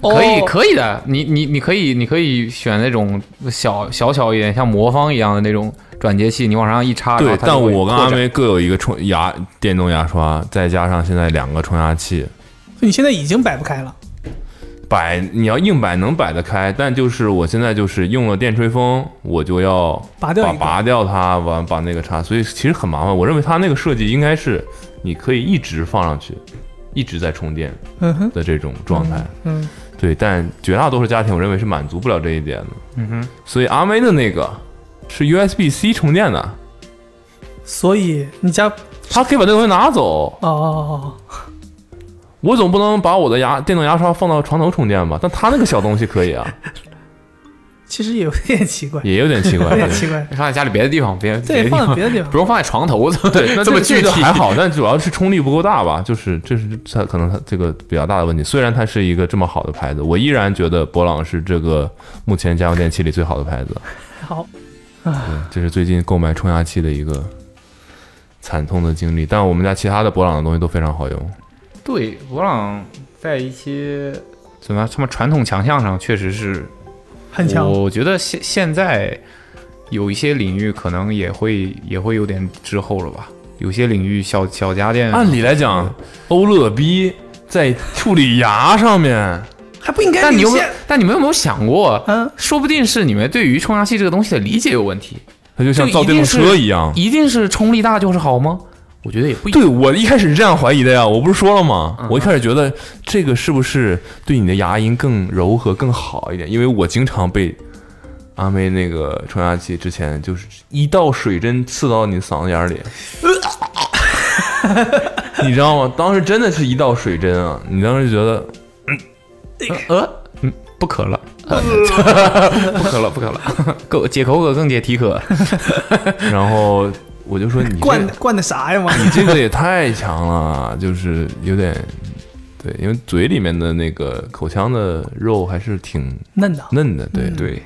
Speaker 2: 可以
Speaker 3: 哦
Speaker 2: 可以的，你你你可以你可以选那种小小小一点，像魔方一样的那种转接器，你往上一插。然
Speaker 4: 对
Speaker 2: 后。它就
Speaker 4: 但
Speaker 2: 会
Speaker 4: 我跟
Speaker 2: 扩
Speaker 4: 阿
Speaker 2: 展
Speaker 4: 梅各有一个冲牙电动牙刷，再加上现在两个冲牙器，
Speaker 3: 所以你现在已经摆不开了。
Speaker 4: 摆你要硬摆能摆得开，但就是我现在就是用了电吹风，我就要
Speaker 3: 拔掉
Speaker 4: 把
Speaker 3: 一个
Speaker 4: 拔掉它，完把那个插，所以其实很麻烦。我认为它那个设计应该是你可以一直放上去，一直在充电
Speaker 3: 嗯哼，
Speaker 4: 的这种状态。
Speaker 3: 嗯，
Speaker 4: 对，但绝大多数家庭我认为是满足不了这一点的。
Speaker 2: 嗯哼，
Speaker 4: 所以阿梅的那个是 USB C 充电的，
Speaker 3: 所以你家哦
Speaker 4: 它可以把那个东西拿走。
Speaker 3: 哦哦哦，
Speaker 4: 我总不能把我的牙电动牙刷放到床头充电吧？但它那个小东西可以 啊，
Speaker 3: 其实也有点奇怪，
Speaker 4: 也有点奇怪。
Speaker 3: 有
Speaker 2: 哎
Speaker 3: 点
Speaker 4: 对
Speaker 3: 奇怪。
Speaker 2: 放在家里别的地方，别别
Speaker 3: 对，
Speaker 2: 的地
Speaker 3: 放在
Speaker 2: 方，
Speaker 3: 别的地方
Speaker 2: 不。用放在床头，
Speaker 4: 对，那
Speaker 2: 这么具
Speaker 4: 个
Speaker 2: 体
Speaker 4: 还好，但主要是冲力不够大吧，就是这是它可能它这个比较大的问题。虽然它是一个这么好的牌子，我依然觉得博朗是这个目前家用电器里最好的牌子。
Speaker 3: 好，
Speaker 4: 对这是最近购买冲牙器的一个惨痛的经历。但我们家其他的博朗的东西都非常好用，
Speaker 2: 对，博朗在一些怎么什么传统强项上，确实是
Speaker 3: 很强。
Speaker 2: 我觉得现现在有一些领域可能也会也会有点滞后了吧。有些领域小小家电，
Speaker 4: 按理来讲，欧乐 B 在处理牙上面，
Speaker 3: 还不应该
Speaker 2: 但你
Speaker 3: 领
Speaker 2: 有没有
Speaker 3: 先。
Speaker 2: 但你们有没有想过，
Speaker 3: 嗯，
Speaker 2: 说不定是你们对于冲牙器这个东西的理解有问题。
Speaker 4: 它就像
Speaker 2: 就
Speaker 4: 造
Speaker 2: 一
Speaker 4: 电
Speaker 2: 定
Speaker 4: 动
Speaker 2: 是
Speaker 4: 车一样。
Speaker 2: 一定是冲力大就是好吗？我觉得也不一定。
Speaker 4: 对我一开始是这样怀疑的呀，我不是说了吗
Speaker 2: 嗯？
Speaker 4: 我一开始觉得这个是不是对你的牙龈更柔和、更好一点？因为我经常被阿妹那个冲牙器之前就是一道水针刺到你嗓子 眼儿里，你知道吗？当时真的是一道水针啊！你当时觉得
Speaker 2: 呃，嗯，不渴了， 不渴了，不渴了，够呃解口渴更解体渴。
Speaker 4: 然后我就说你这
Speaker 3: 灌灌的啥呀嘛？
Speaker 4: 你这个也太强了，就是有点对，因为嘴里面的那个口腔的肉还是挺
Speaker 3: 嫩的。
Speaker 4: 嫩的，对，
Speaker 2: 对，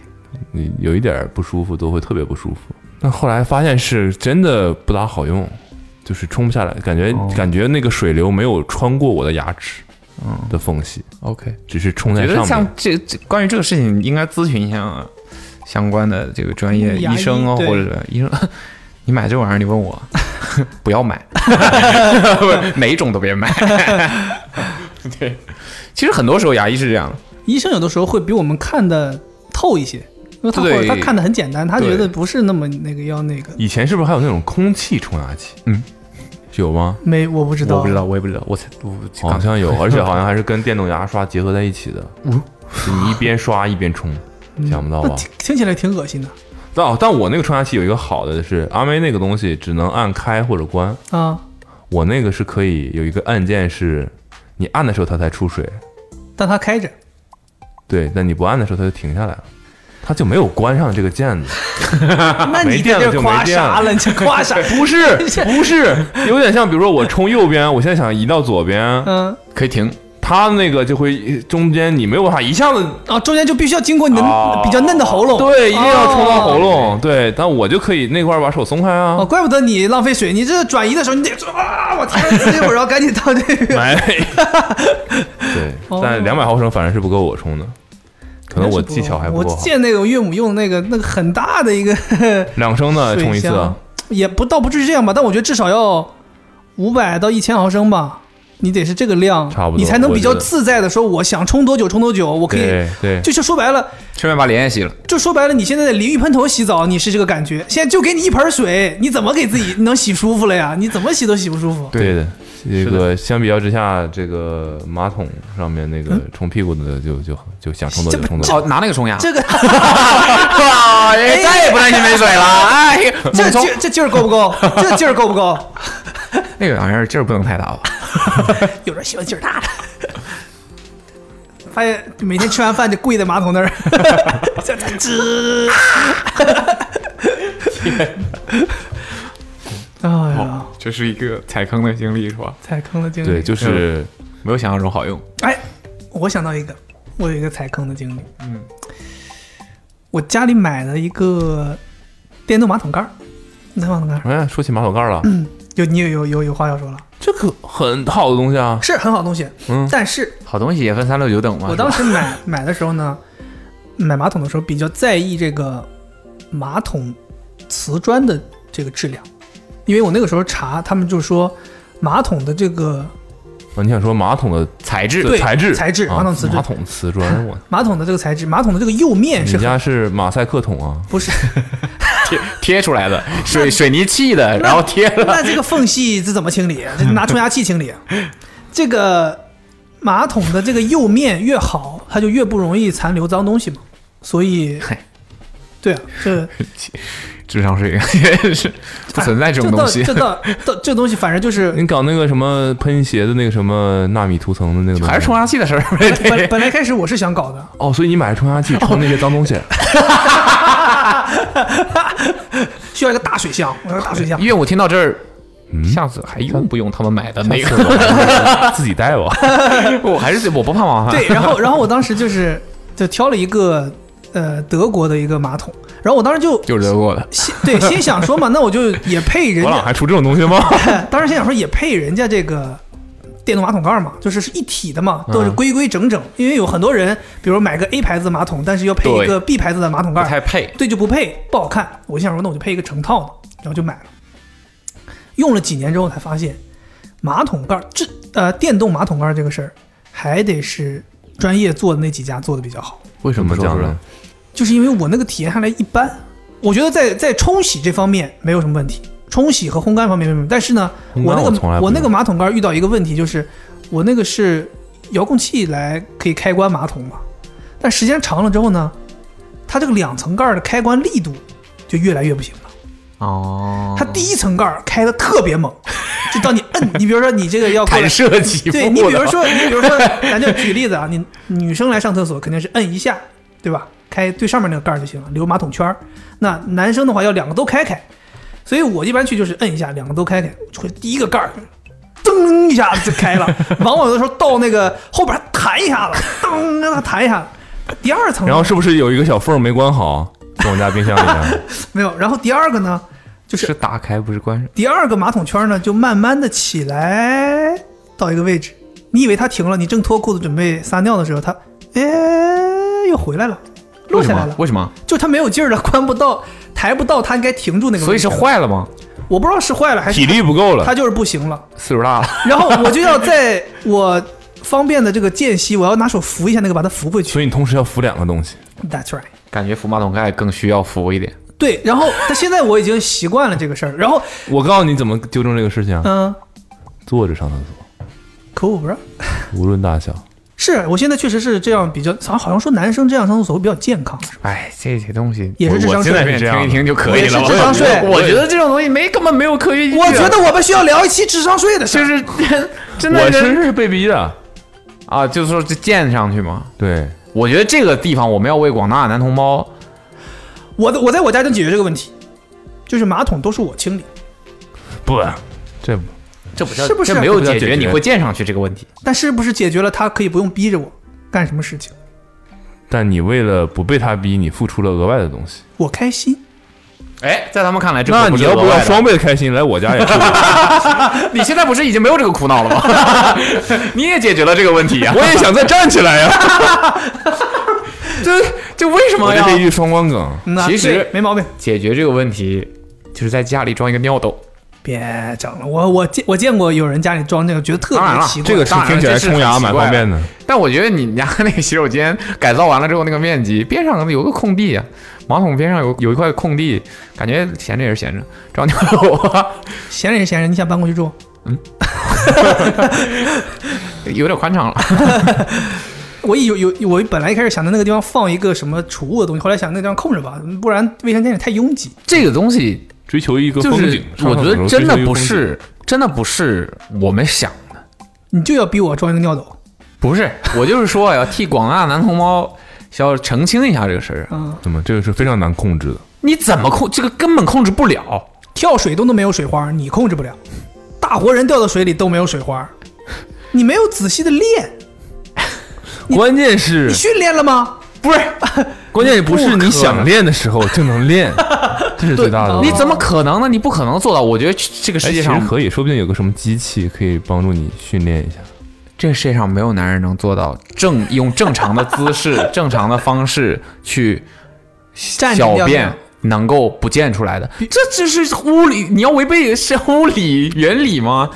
Speaker 4: 你有一点儿不舒服都会特别不舒服。但后来发现是真的不大好用，就是冲不下来，感觉、
Speaker 2: 哦
Speaker 4: 感觉那个水流没有穿过我的牙齿
Speaker 2: 嗯
Speaker 4: 的缝隙，
Speaker 2: ，OK。
Speaker 4: 只是冲
Speaker 2: 觉
Speaker 4: 在
Speaker 2: 得
Speaker 4: 上
Speaker 2: 像
Speaker 4: 面。
Speaker 2: 这这关于这个事情，应该咨询一下相关的这个专业
Speaker 3: 牙医
Speaker 2: 医生啊，
Speaker 3: 对
Speaker 2: 或者医生。 你买这玩意儿，你问我， 不要 买，每一种都别买。 对，其实很多时候牙医是这样的，
Speaker 3: 医生有的时候会比我们看的透一些，因为他或
Speaker 2: 对
Speaker 3: 者他看的很简单，他
Speaker 2: 对
Speaker 3: 觉得不是那么那个要那个。
Speaker 4: 以前是不是还有那种空气冲牙器？
Speaker 2: 嗯，
Speaker 4: 有吗？哦
Speaker 3: 没，我不知道，
Speaker 2: 我不知道，哦我也不知道，我才我
Speaker 4: 好像有，而且好像还是跟电动牙刷结合哦在一起的。就你一边刷一边冲，想不到
Speaker 3: 那
Speaker 4: 吧？
Speaker 3: 听听起来挺恶心的。
Speaker 4: 但哦但我那个冲牙器有一个好的是，阿妹那个东西只能按开或者关，
Speaker 3: 啊，
Speaker 4: 我那个是可以有一个按键是，你按的时候它才出水，
Speaker 3: 但它 开着，
Speaker 4: 对，但你不按的时候它就停下来了，它就没有关上这个键子。
Speaker 3: 那你
Speaker 4: 没电
Speaker 3: 在这
Speaker 4: 了就没
Speaker 3: 夸
Speaker 4: 电
Speaker 3: 啥
Speaker 4: 了
Speaker 3: 了？你这夸 啥？
Speaker 4: 不 是不是，有点像，比如说我冲右边，我现在想移到左边，
Speaker 3: 嗯，
Speaker 2: 可以停。
Speaker 4: 它那个就会中间你没有办法一下子，
Speaker 3: 啊，中间就必须要经过你的
Speaker 4: 哦
Speaker 3: 比较嫩的喉咙，
Speaker 4: 对，一定要冲到
Speaker 3: 哦
Speaker 4: 喉咙，对，但我就可以那块儿把手松开
Speaker 3: 哦，
Speaker 4: 啊，
Speaker 3: 怪不得你浪费水，你这转移的时候你得啊，我天，自己会儿，然后赶紧到这个。
Speaker 4: 没，对，但两百毫升反正是不够我冲的， 可能我技巧还
Speaker 3: 哦
Speaker 4: 不
Speaker 3: 我
Speaker 4: 够好，
Speaker 3: 见那种岳母用那个那个很大的一个
Speaker 4: 两升的冲
Speaker 3: 水
Speaker 4: 一次啊
Speaker 3: 箱，，也不倒不至于这样吧，但我觉得至少要五百到一千毫升吧，你得是这个量，
Speaker 4: 差不多
Speaker 3: 你才能比较
Speaker 4: 我觉得
Speaker 3: 自在的说我想冲多久冲多久，我可以
Speaker 4: 对。对，
Speaker 3: 就是说白了，
Speaker 2: 顺便把脸也洗了，
Speaker 3: 就说白了，你现在在淋浴喷头洗澡，你是这个感觉。现在就给你一盆水，你怎么给自己能洗舒服了呀？你怎么洗都洗不舒服。
Speaker 4: 对的，这
Speaker 2: 的
Speaker 4: 个相比较之下，这个马桶上面那个冲屁股的就就就想冲多久
Speaker 3: 这不
Speaker 4: 冲多久。
Speaker 2: 哦，拿那个冲牙，
Speaker 3: 这 个
Speaker 2: 哇，哎再也不担心没水了， 哎，
Speaker 3: 这
Speaker 2: 猛冲
Speaker 3: 劲这劲儿够不够？这劲儿够不够？
Speaker 2: 那个玩意儿劲儿不能太大吧？
Speaker 3: 有人喜欢劲儿大的。 发现每天吃完饭就跪在马桶那 儿，在那吱。哎呀，
Speaker 2: 这是一个踩坑的经历是吧？
Speaker 3: 踩坑的经历。
Speaker 4: 对，就是
Speaker 2: 没有想象中好用。
Speaker 3: 哎，我想到一个，我有一个踩坑的经历。嗯，我家里买了一个电动马桶盖儿，电动马桶盖儿，
Speaker 4: 哎，说起马桶盖了，
Speaker 3: 有你有有有有话要说了，
Speaker 4: 这个很好的东西啊，
Speaker 3: 是很好东西，
Speaker 4: 嗯
Speaker 3: 但是
Speaker 2: 好东西也分三六九等嘛。
Speaker 3: 我当时买买的时候呢，买马桶的时候比较在意这个马桶瓷砖的这个质量，因为我那个时候查，他们就说马桶的这个
Speaker 4: 啊你想说马桶的
Speaker 2: 材质
Speaker 3: 对
Speaker 4: 材质？
Speaker 3: 材质
Speaker 4: 啊
Speaker 3: 马桶瓷质
Speaker 4: 马桶瓷砖，我
Speaker 3: 马桶的这个材质，马桶的这个釉面
Speaker 4: 你
Speaker 3: 是很
Speaker 4: 家是马赛克桶啊？
Speaker 3: 不是？
Speaker 2: 贴贴出来 的，水水泥砌的，然后贴了。
Speaker 3: 那这个缝隙这怎么清理？啊这拿冲牙器清理。啊这个马桶的这个釉面越好，它就越不容易残留脏东西嘛。所以
Speaker 2: 嗨，
Speaker 3: 对啊，这
Speaker 2: 智商税也是不存哎在这种东 西
Speaker 3: 这，倒这倒这东西反正就是
Speaker 4: 你搞那个什么喷鞋的那个什么纳米涂层的那个东西，
Speaker 2: 还是冲牙器的事儿 呗。
Speaker 3: 本
Speaker 2: 对
Speaker 3: 本来开始我是想搞的，
Speaker 4: 哦，所以你买冲牙器冲那些脏东西，
Speaker 3: 需要一个大水箱，我要大水箱。
Speaker 2: 岳母听到这儿，下次还用不用他们买的 那个？
Speaker 4: 嗯啊自己带吧。哦
Speaker 2: 我 还是我不怕麻烦。
Speaker 3: 对，然后然后我当时就是就挑了一个呃德国的一个马桶，然后我当时就
Speaker 2: 就是德国的，
Speaker 3: 心对心想说嘛，那我就也配人
Speaker 4: 我
Speaker 3: 家
Speaker 4: 俩还出这种东西吗？
Speaker 3: 当时心想说也配人家这个电动马桶盖嘛，就是是一体的
Speaker 4: 嗯
Speaker 3: 嘛，都是规规整整。因为有很多人，比如买个 A 牌子的马桶，但是要配一个 B 牌子的马桶
Speaker 2: 不
Speaker 3: 盖，
Speaker 2: 太配。
Speaker 3: 对就不配，不好看。我心想说，那我就配一个成套的，然后就买了。用了几年之后才发现，马桶盖这呃电动马桶盖这个事儿，还得是专业做的那几家做的比较好。
Speaker 2: 为
Speaker 4: 怎么讲呢？？
Speaker 3: 就是因为我那个体验下来一般，我觉得在在冲洗这方面没有什么问题，冲洗和烘干方面没有什么。但是呢，
Speaker 4: 烘干
Speaker 3: 我那
Speaker 4: 我从来
Speaker 3: 个
Speaker 4: 不
Speaker 3: 我那
Speaker 4: 用
Speaker 3: 个马桶盖遇到一个问题，就是我那个是遥控器来可以开关马桶嘛，但时间长了之后呢，它这个两层盖儿的开关力度就越来越不行了。
Speaker 2: 哦，
Speaker 3: 它第一层盖儿开的特别猛，就当你 摁，你比如说你这个要过来
Speaker 2: 弹射起
Speaker 3: 对
Speaker 2: 步
Speaker 3: 你比如
Speaker 2: 的
Speaker 3: 说，你比如说，咱就举例子啊，你女生来上厕所肯定是摁一下，对吧？开最上面那个盖儿就行了，留马桶圈儿。那男生的话要两个都开开，所以我一般去就是摁一下，两个都开开，会第一个盖儿。噔一下子就开了，往往有的时候到那个后边弹一下子，噔让它弹一下子。第二层呢
Speaker 4: 然后是不是有一个小缝儿没关好？跟我家冰箱一样，
Speaker 3: 没有，然后第二个呢，就 是
Speaker 2: 是打开不是关上。
Speaker 3: 第二个马桶圈呢，就慢慢的起来到一个位置。你以为它停了，你正脱裤子准备撒尿的时候，它哎又回来了，落
Speaker 2: 为什
Speaker 3: 下来
Speaker 2: 么
Speaker 3: 了？。
Speaker 2: 为什么？
Speaker 3: 就它没有劲儿了，关不到，抬不到它应该停住那个
Speaker 2: 所
Speaker 3: 位
Speaker 2: 以是。
Speaker 3: 置
Speaker 2: 坏了吗？
Speaker 3: 我不知道是坏了还是
Speaker 4: 体力不够
Speaker 3: 它
Speaker 4: 了。
Speaker 3: 就是不行了。
Speaker 2: 岁数大了，
Speaker 3: 然后我就要在我方便的这个间隙，我要拿手扶一下那个，把它扶回去。
Speaker 4: 所以你同时要扶两个东西，
Speaker 3: That's right。
Speaker 2: 感觉扶马桶盖更需要扶一点。
Speaker 3: 对，然后但现在我已经习惯了这个事儿。然后，
Speaker 4: 我告诉你怎么纠正这个事情啊，
Speaker 3: 嗯、
Speaker 4: 坐着上厕所，
Speaker 3: 可我不是
Speaker 4: 无论大小，
Speaker 3: 是我现在确实是这样比较，好像说男生这样上厕所会比较健康。
Speaker 2: 哎，这些东西
Speaker 3: 也是智商
Speaker 2: 我
Speaker 3: 税
Speaker 2: 现在
Speaker 4: 这样
Speaker 2: 听一听就可以
Speaker 3: 也是
Speaker 2: 了吧。
Speaker 3: 智商税
Speaker 2: 我我觉得这种东西没根本没有科学依据啊。
Speaker 3: 我觉得我们需要聊一期智商税的事
Speaker 2: 就
Speaker 3: 儿。
Speaker 2: 是真的
Speaker 4: 我
Speaker 2: 人
Speaker 4: 是被逼的，
Speaker 2: 啊，就是说这建上去嘛。
Speaker 4: 对，
Speaker 2: 我觉得这个地方我们要为广大男同胞，
Speaker 3: 我的我在我家就解决这个问题，就是马桶都是我清理，
Speaker 4: 不，这
Speaker 2: 这不叫
Speaker 3: 是不是
Speaker 2: 这没有
Speaker 4: 这不叫
Speaker 2: 解决
Speaker 4: 解决
Speaker 2: 你会建上去这个问题。
Speaker 3: 但是不是解决了他可以不用逼着我干什么事情，
Speaker 4: 但你为了不被他逼，你付出了额外的东西。
Speaker 3: 我开心。
Speaker 2: 哎，在他们看来，这
Speaker 4: 那
Speaker 2: 可
Speaker 4: 你
Speaker 2: 是
Speaker 4: 要不
Speaker 2: 额外
Speaker 4: 要
Speaker 2: 的
Speaker 4: 双？倍的开心来我家也住？
Speaker 2: 你现在不是已经没有这个苦恼了吗？ 你也解决了这个问题啊呀、
Speaker 4: 我也想再站起来呀！
Speaker 2: 这这为什
Speaker 4: 我
Speaker 2: 么
Speaker 4: 这
Speaker 2: 呀？
Speaker 4: 是一句双关梗，
Speaker 3: 嗯呐
Speaker 2: 其实
Speaker 3: 对没毛病，
Speaker 2: 解决这个问题，就是在家里装一个尿斗。
Speaker 3: 别整了。我我见我见过有人家里装这个，觉得特
Speaker 2: 当然
Speaker 3: 别
Speaker 2: 了
Speaker 3: 奇怪。
Speaker 4: 这个是听起来冲牙蛮方便的。
Speaker 2: 但我觉得你家那个洗手间改造完了之后，那个面积边上有个空地啊，马桶边上有有一块空地，感觉闲着也是闲着，找尿啊斗
Speaker 3: 闲着也是闲着，你想搬过去住？
Speaker 2: 有点宽敞了。
Speaker 3: 我一有有我本来一开始想在那个地方放一个什么储物的东西，后来想那个地方空着吧，不然卫生间也太拥挤。
Speaker 2: 这个东西
Speaker 4: 追求一个
Speaker 2: 就
Speaker 4: 风
Speaker 2: 是
Speaker 4: 景，
Speaker 2: 我觉得真
Speaker 4: 上厕所追求
Speaker 2: 的
Speaker 4: 一个
Speaker 2: 不
Speaker 4: 风景，
Speaker 2: 是，真的不是我们想的，
Speaker 3: 你就要逼我装一个尿斗，
Speaker 2: 不是， 我就是说要替广大男同胞。要澄清一下这个事儿，啊
Speaker 3: 嗯，
Speaker 4: 怎么这个是非常难控制的。
Speaker 2: 你怎么控这个根本控制不了，
Speaker 3: 跳水都能没有水花，你控制不了，大活人掉到水里都没有水花，你没有仔细的练，
Speaker 4: 关键是
Speaker 3: 你训练了吗？
Speaker 2: 不是？
Speaker 4: 关键不是你想练的时候就能 练，这是最大的问题。
Speaker 2: 你怎么可能呢？你不可能做到。我觉得这个
Speaker 4: 哎
Speaker 2: 世界
Speaker 4: 其实
Speaker 2: 上
Speaker 4: 可以，说不定有个什么机器可以帮助你训练一下。
Speaker 2: 这个世界上没有男人能做到正用正常的姿 势、正常的方式去
Speaker 3: 站着
Speaker 2: 小
Speaker 3: 尿
Speaker 2: 便
Speaker 3: 尿，
Speaker 2: 能够不溅出来的，这这是物理，你要违背是物理原理吗？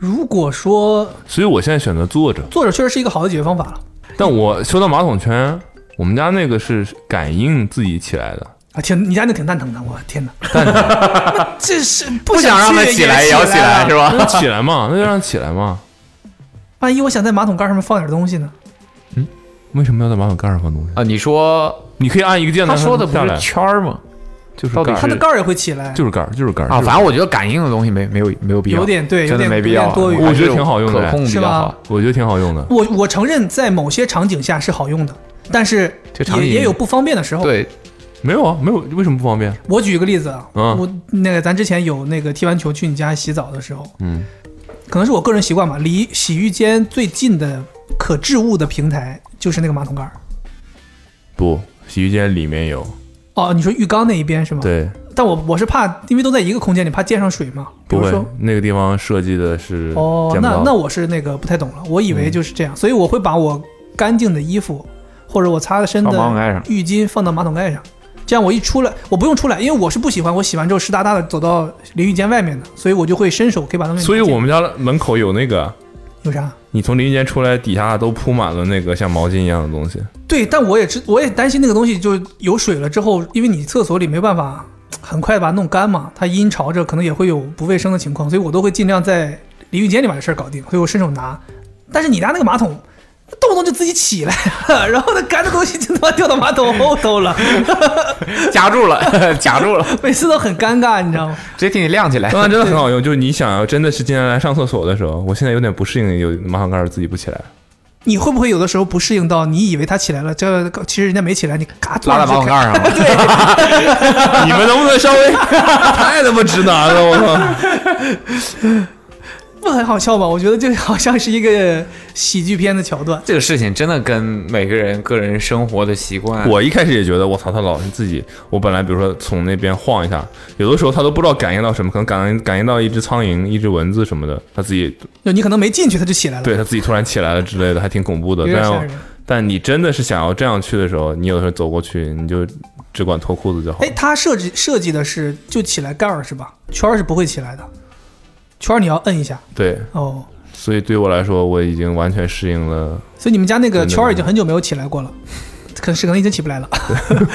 Speaker 3: 如果说
Speaker 4: 所以我现在选择坐着。
Speaker 3: 作者确实是一个好的解决方法了
Speaker 4: 但我说到马桶圈，我们家那个是感应自己起来的，
Speaker 3: 啊，挺你家那挺蛋疼的，我天哪，
Speaker 4: 蛋疼
Speaker 3: 这是
Speaker 2: 不
Speaker 3: 不
Speaker 2: 想让
Speaker 3: 去
Speaker 2: 它
Speaker 3: 也
Speaker 2: 起来也要起来啊
Speaker 3: 了
Speaker 2: 是？吧？
Speaker 4: 那起来嘛，那就让起来嘛。
Speaker 3: 万一我想在马桶盖上面放点东西呢？
Speaker 4: 为什么要在马桶盖上放东西？
Speaker 2: 啊，你说
Speaker 4: 你可以按一个键，
Speaker 2: 他
Speaker 4: 它
Speaker 2: 说的不
Speaker 4: 下
Speaker 2: 是
Speaker 4: 来
Speaker 2: 圈儿吗？
Speaker 4: 就是
Speaker 2: 到底
Speaker 4: 盖儿
Speaker 3: 它的盖儿也会起来，
Speaker 4: 就是盖儿，就是盖儿
Speaker 2: 啊，
Speaker 4: 就是盖
Speaker 2: 反
Speaker 4: 儿
Speaker 2: 正我觉得感应的东西没没有没有必要，
Speaker 3: 有点对有
Speaker 2: 真的
Speaker 3: 点
Speaker 2: 没必要啊
Speaker 3: 有点，多余
Speaker 2: 还是
Speaker 4: 我觉得挺好用的
Speaker 2: 可控比
Speaker 3: 是
Speaker 2: 较
Speaker 3: 吧
Speaker 2: 好。
Speaker 4: 我觉得挺好用的。
Speaker 3: 我我承认在某些场景下是好用的，但是
Speaker 2: 这场景
Speaker 3: 也也有不方便的时候。
Speaker 2: 对，
Speaker 4: 没有啊，没有，为什么不方便？
Speaker 3: 我举一个例子啊，
Speaker 4: 嗯
Speaker 3: 我那个咱之前有那个踢完球去你家洗澡的时候，
Speaker 4: 嗯，
Speaker 3: 可能是我个人习惯吧，离洗浴间最近的可置物的平台就是那个马桶盖儿。
Speaker 4: 不，洗浴间里面有，
Speaker 3: 哦，你说浴缸那一边是吗？。
Speaker 4: 对，
Speaker 3: 但我我是怕，因为都在一个空间里，怕溅上水嘛。比
Speaker 4: 不
Speaker 3: 如
Speaker 4: 会
Speaker 3: 说，，
Speaker 4: 那个地方设计的是
Speaker 3: 哦，
Speaker 4: 见不
Speaker 3: 那
Speaker 4: 到嗯
Speaker 3: 那我是那个不太懂了，我以为就是这样，所以我会把我干净的衣服或者我擦的身的
Speaker 2: 放马桶盖上
Speaker 3: 浴巾放到马桶盖上，这样我一出来，我不用出来，因为我是不喜欢我洗完之后湿哒哒的走到淋浴间外面的，所以我就会伸手可以把它们。
Speaker 4: 所以我们家门口有那个，
Speaker 3: 有啥？
Speaker 4: 你从淋浴间出来，底下都铺满了那个像毛巾一样的东西。
Speaker 3: 对，但我也知，我也担心那个东西就有水了之后，因为你厕所里没办法很快把它弄干嘛，它阴潮着，可能也会有不卫生的情况，所以我都会尽量在淋浴间里把这事儿搞定，所以我伸手拿。但是你家那个马桶，动不动就自己起来了，然后那干的东西就他妈掉到马桶后头了，
Speaker 2: 夹住了， 夹住了，
Speaker 3: 每次都很尴尬，你知道吗？
Speaker 2: 直接给你晾 起来。
Speaker 4: 当然真的很好用，就是你想要真的是今天来上厕所的时候，我现在有点不适应，有马桶盖儿自己不起来。
Speaker 3: 你会不会有的时候不适应到你以为它起来了，这其实人家没起来，你嘎
Speaker 2: 拉在马桶盖上了，
Speaker 4: 你们能不能稍 微太他妈直男了？我操！
Speaker 3: 不很好笑吗？我觉得这好像是一个喜剧片的桥段。
Speaker 2: 这个事情真的跟每个人个人生活的习惯，
Speaker 4: 我一开始也觉得我操，他老是自己。我本来比如说从那边晃一下，有的时候他都不知道感应到什么，可能感应感应到一只苍蝇、一只蚊子什么的，他自己
Speaker 3: 就你可能没进去，它就起来了，
Speaker 4: 对他自己突然起来了之类的，还挺恐怖的
Speaker 3: 有。点吓
Speaker 4: 但
Speaker 3: 人。
Speaker 4: 但你真的是想要这样去的时候，你有的时候走过去，你就只管脱裤子就好
Speaker 3: 哎，。它设计设计的是就起来盖儿是吧？圈儿是不会起来的，圈儿你要摁一下
Speaker 4: 对，
Speaker 3: 哦。
Speaker 4: 所以对我来说，我已经完全适应了。
Speaker 3: 所以你们家那个
Speaker 4: 对对
Speaker 3: 圈儿已经很久没有起来过了，可能是可能已经起不 来了，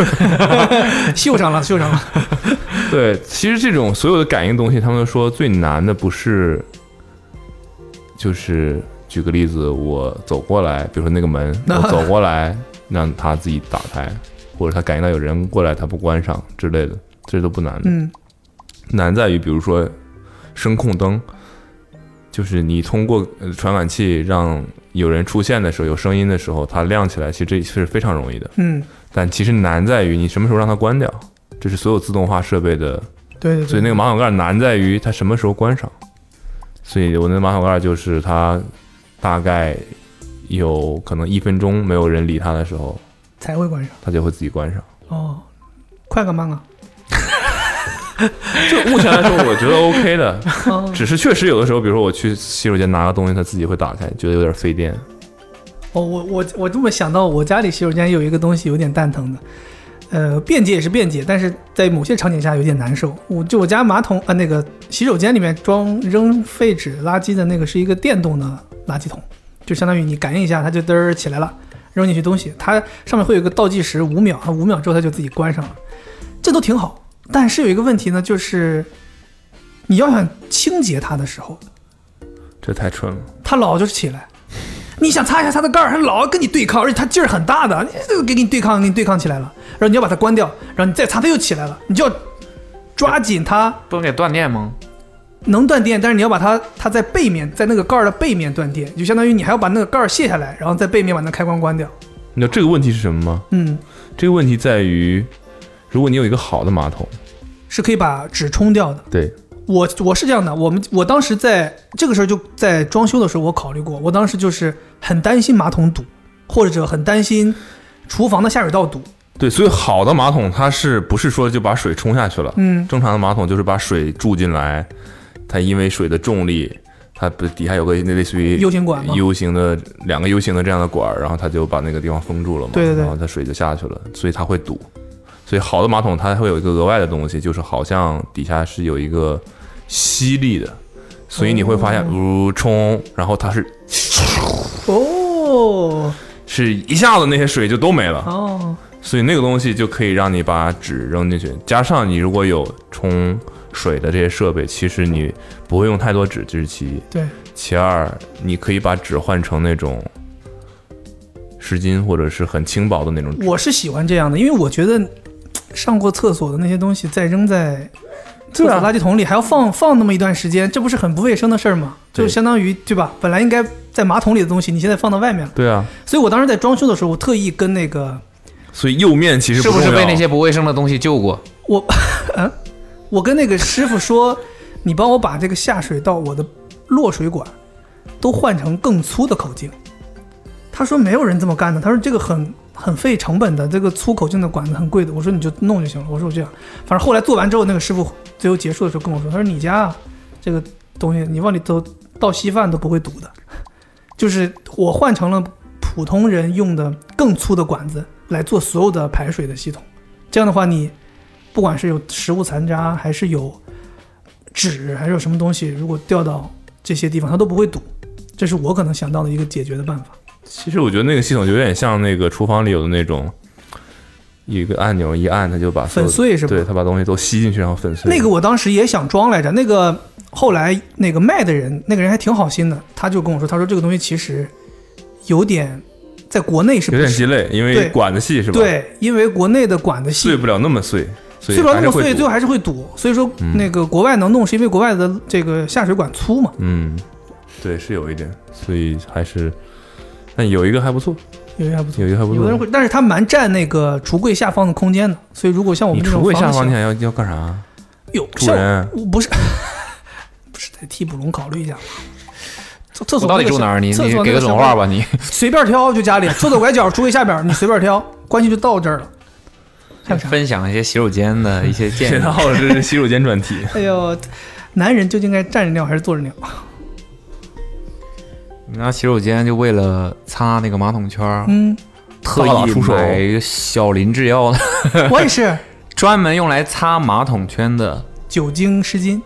Speaker 3: 绣上了，绣上了。
Speaker 4: 对，其实这种所有的感应东西，他们都说最难的不是就是举个例子，我走过来，比如说那个门，
Speaker 3: 那
Speaker 4: 我走过来让它自己打开， 或者它感应到有人过来，它不关上之类的，这都不难的。
Speaker 3: 嗯，
Speaker 4: 难在于，比如说声控灯，就是你通过呃传感器让有人出现的时候，有声音的时候，它亮起来，其实这是非常容易的。
Speaker 3: 嗯，
Speaker 4: 但其实难在于你什么时候让它关掉，这是所有自动化设备的。
Speaker 3: 对对对，
Speaker 4: 所以那个马桶盖难在于它什么时候关上。所以我那马桶盖就是它大概有可能一分钟没有人理它的时候，
Speaker 3: 才会关上。
Speaker 4: 它就会自己关上。
Speaker 3: 哦，快啊个慢个，
Speaker 4: 就目前来说，我觉得 OK 的，
Speaker 3: 哦
Speaker 4: 只是确实有的时候，比如说我去洗手间拿个东西，它自己会打开，觉得有点费电。
Speaker 3: 哦，我我我这么想到，我家里洗手间有一个东西有点蛋疼的，呃，便捷也是便捷，但是在某些场景下有点难受。我就我家马桶啊、呃那个洗手间里面装扔废纸垃圾的那个是一个电动的垃圾桶，就相当于你感应一下，它就嘚儿起来了，扔进去东西，它上面会有一个倒计时五秒，它五秒之后它就自己关上了，这都挺好。但是有一个问题呢，就是你要想清洁它的时候，
Speaker 4: 这太蠢了，
Speaker 3: 它老就是起来。你想擦一下它的盖儿，它老跟你对抗，而且它劲儿很大的，你这个给你对抗，给你对抗起来了。然后你要把它关掉，然后你再擦，它又起来了，你就要抓紧它。
Speaker 2: 不能给断电吗？
Speaker 3: 能断电，但是你要把它它在背面，在那个盖儿的背面断电，就相当于你还要把那个盖儿卸下来，然后在背面把那开关关掉。
Speaker 4: 你知道这个问题是什么吗？
Speaker 3: 嗯，
Speaker 4: 这个问题在于，如果你有一个好的马桶，
Speaker 3: 是可以把纸冲掉的。
Speaker 4: 对，
Speaker 3: 我我是这样的，我们我当时在这个时候就在装修的时候，我考虑过，我当时就是很担心马桶堵，或者很担心厨房的下水道堵。
Speaker 4: 对，所以好的马桶它是不是说就把水冲下去了？
Speaker 3: 嗯，
Speaker 4: 正常的马桶就是把水注进来，它因为水的重力，它不底下有个那类似于
Speaker 3: U 型管吗
Speaker 4: U 型的两个 U 型的这样的管儿，然后它就把那个地方封住了嘛，
Speaker 3: 对对对
Speaker 4: 然后它水就下去了，所以它会堵。所以好的马桶它会有一个额外的东西，就是好像底下是有一个吸力的，所以你会发现呜、冲，然后它是
Speaker 3: 哦
Speaker 4: 是一下子那些水就都没了。
Speaker 3: 哦，
Speaker 4: 所以那个东西就可以让你把纸扔进去，加上你如果有冲水的这些设备，其实你不会用太多纸，这是其一。
Speaker 3: 对，
Speaker 4: 其二，你可以把纸换成那种湿巾或者是很轻薄的那种纸。
Speaker 3: 我是喜欢这样的，因为我觉得嘖上过厕所的那些东西再扔在厕所垃圾桶里，还要放放那么一段时间，这不是很不卫生的事儿吗？
Speaker 4: 对
Speaker 3: 就相当于对吧？本来应该在马桶里的东西，你现在放到外面了。
Speaker 4: 对啊，
Speaker 3: 所以我当时在装修的时候，我特意跟那个
Speaker 4: 所以釉面其实
Speaker 2: 是
Speaker 4: 不
Speaker 2: 不是
Speaker 4: 重要
Speaker 2: 被那些不卫生的东西救过？
Speaker 3: 我，嗯，我跟那个师傅说，你帮我把这个下水道我的落水管都换成更粗的口径。他说没有人这么干的，他说这个很很费成本的，这个粗口径的管子很贵的。我说你就弄就行了，我说我这样，反正后来做完之后，那个师傅最后结束的时候跟我说，他说你家啊这个东西你往里头倒稀饭都不会堵的，就是我换成了普通人用的更粗的管子来做所有的排水的系统，这样的话你不管是有食物残渣，还是有纸，还是有什么东西，如果掉到这些地方，它都不会堵。这是我可能想到的一个解决的办法。
Speaker 4: 其实我觉得那个系统有点像那个厨房里有的那种，一个按钮一按，它就把所有
Speaker 3: 粉碎是吧
Speaker 4: 对，它把东西都吸进去，然后粉碎。
Speaker 3: 那个我当时也想装来着，那个后来那个卖的人，那个人还挺好心的，他就跟我说，他说这个东西其实有点在国内是不
Speaker 4: 有点
Speaker 3: 是
Speaker 4: 鸡肋，因为
Speaker 3: 对
Speaker 4: 管子细是吧？，
Speaker 3: 对，因为国内的管子细
Speaker 4: 碎，不了那么碎，所以
Speaker 3: 不了
Speaker 4: 还
Speaker 3: 那
Speaker 4: 是
Speaker 3: 么
Speaker 4: 会
Speaker 3: 碎，
Speaker 4: 堵
Speaker 3: 最后还是会堵。所以说那个国外能弄，是因为国外的这个下水管粗嘛，
Speaker 4: 嗯，对，是有一点，所以还是，但有一个还不错，
Speaker 3: 有些还不错。
Speaker 4: 有一个还不
Speaker 3: 有的人
Speaker 4: 错。
Speaker 3: 会，但是它蛮占那个橱柜下方的空间的，所以如果像我
Speaker 4: 你
Speaker 3: 们这种
Speaker 4: 橱柜下
Speaker 3: 房
Speaker 4: 方
Speaker 3: 型
Speaker 4: 你还要要干啥？哎
Speaker 3: 有
Speaker 4: 住
Speaker 3: 像
Speaker 4: 人
Speaker 3: 我不是不是得替捕龙考虑一下吗？厕厕
Speaker 2: 我
Speaker 3: 所
Speaker 2: 到底
Speaker 3: 那个
Speaker 2: 住哪儿？
Speaker 3: 小
Speaker 2: 你
Speaker 3: 厕
Speaker 2: 你
Speaker 3: 所
Speaker 2: 给
Speaker 3: 那
Speaker 2: 个
Speaker 3: 个
Speaker 2: 总
Speaker 3: 小
Speaker 2: 话吧，
Speaker 3: 门
Speaker 2: 你
Speaker 3: 随便挑就家里，厕所拐角、橱柜下边儿，你随便挑，关系就到这儿了。还有啥？
Speaker 2: 分享一些洗手间的一些建
Speaker 4: 这
Speaker 2: 议。
Speaker 4: 套是洗手间专题，
Speaker 3: 哎呦，男人究竟该站着尿还是坐着尿？
Speaker 2: 然后洗手间就为了擦那个马桶圈儿，
Speaker 3: 嗯，
Speaker 2: 特
Speaker 4: 大打
Speaker 2: 意
Speaker 4: 出手
Speaker 2: 买一个小林制药的，
Speaker 3: 我也是，
Speaker 2: 专门用来擦马桶圈的，
Speaker 3: 酒精、湿巾，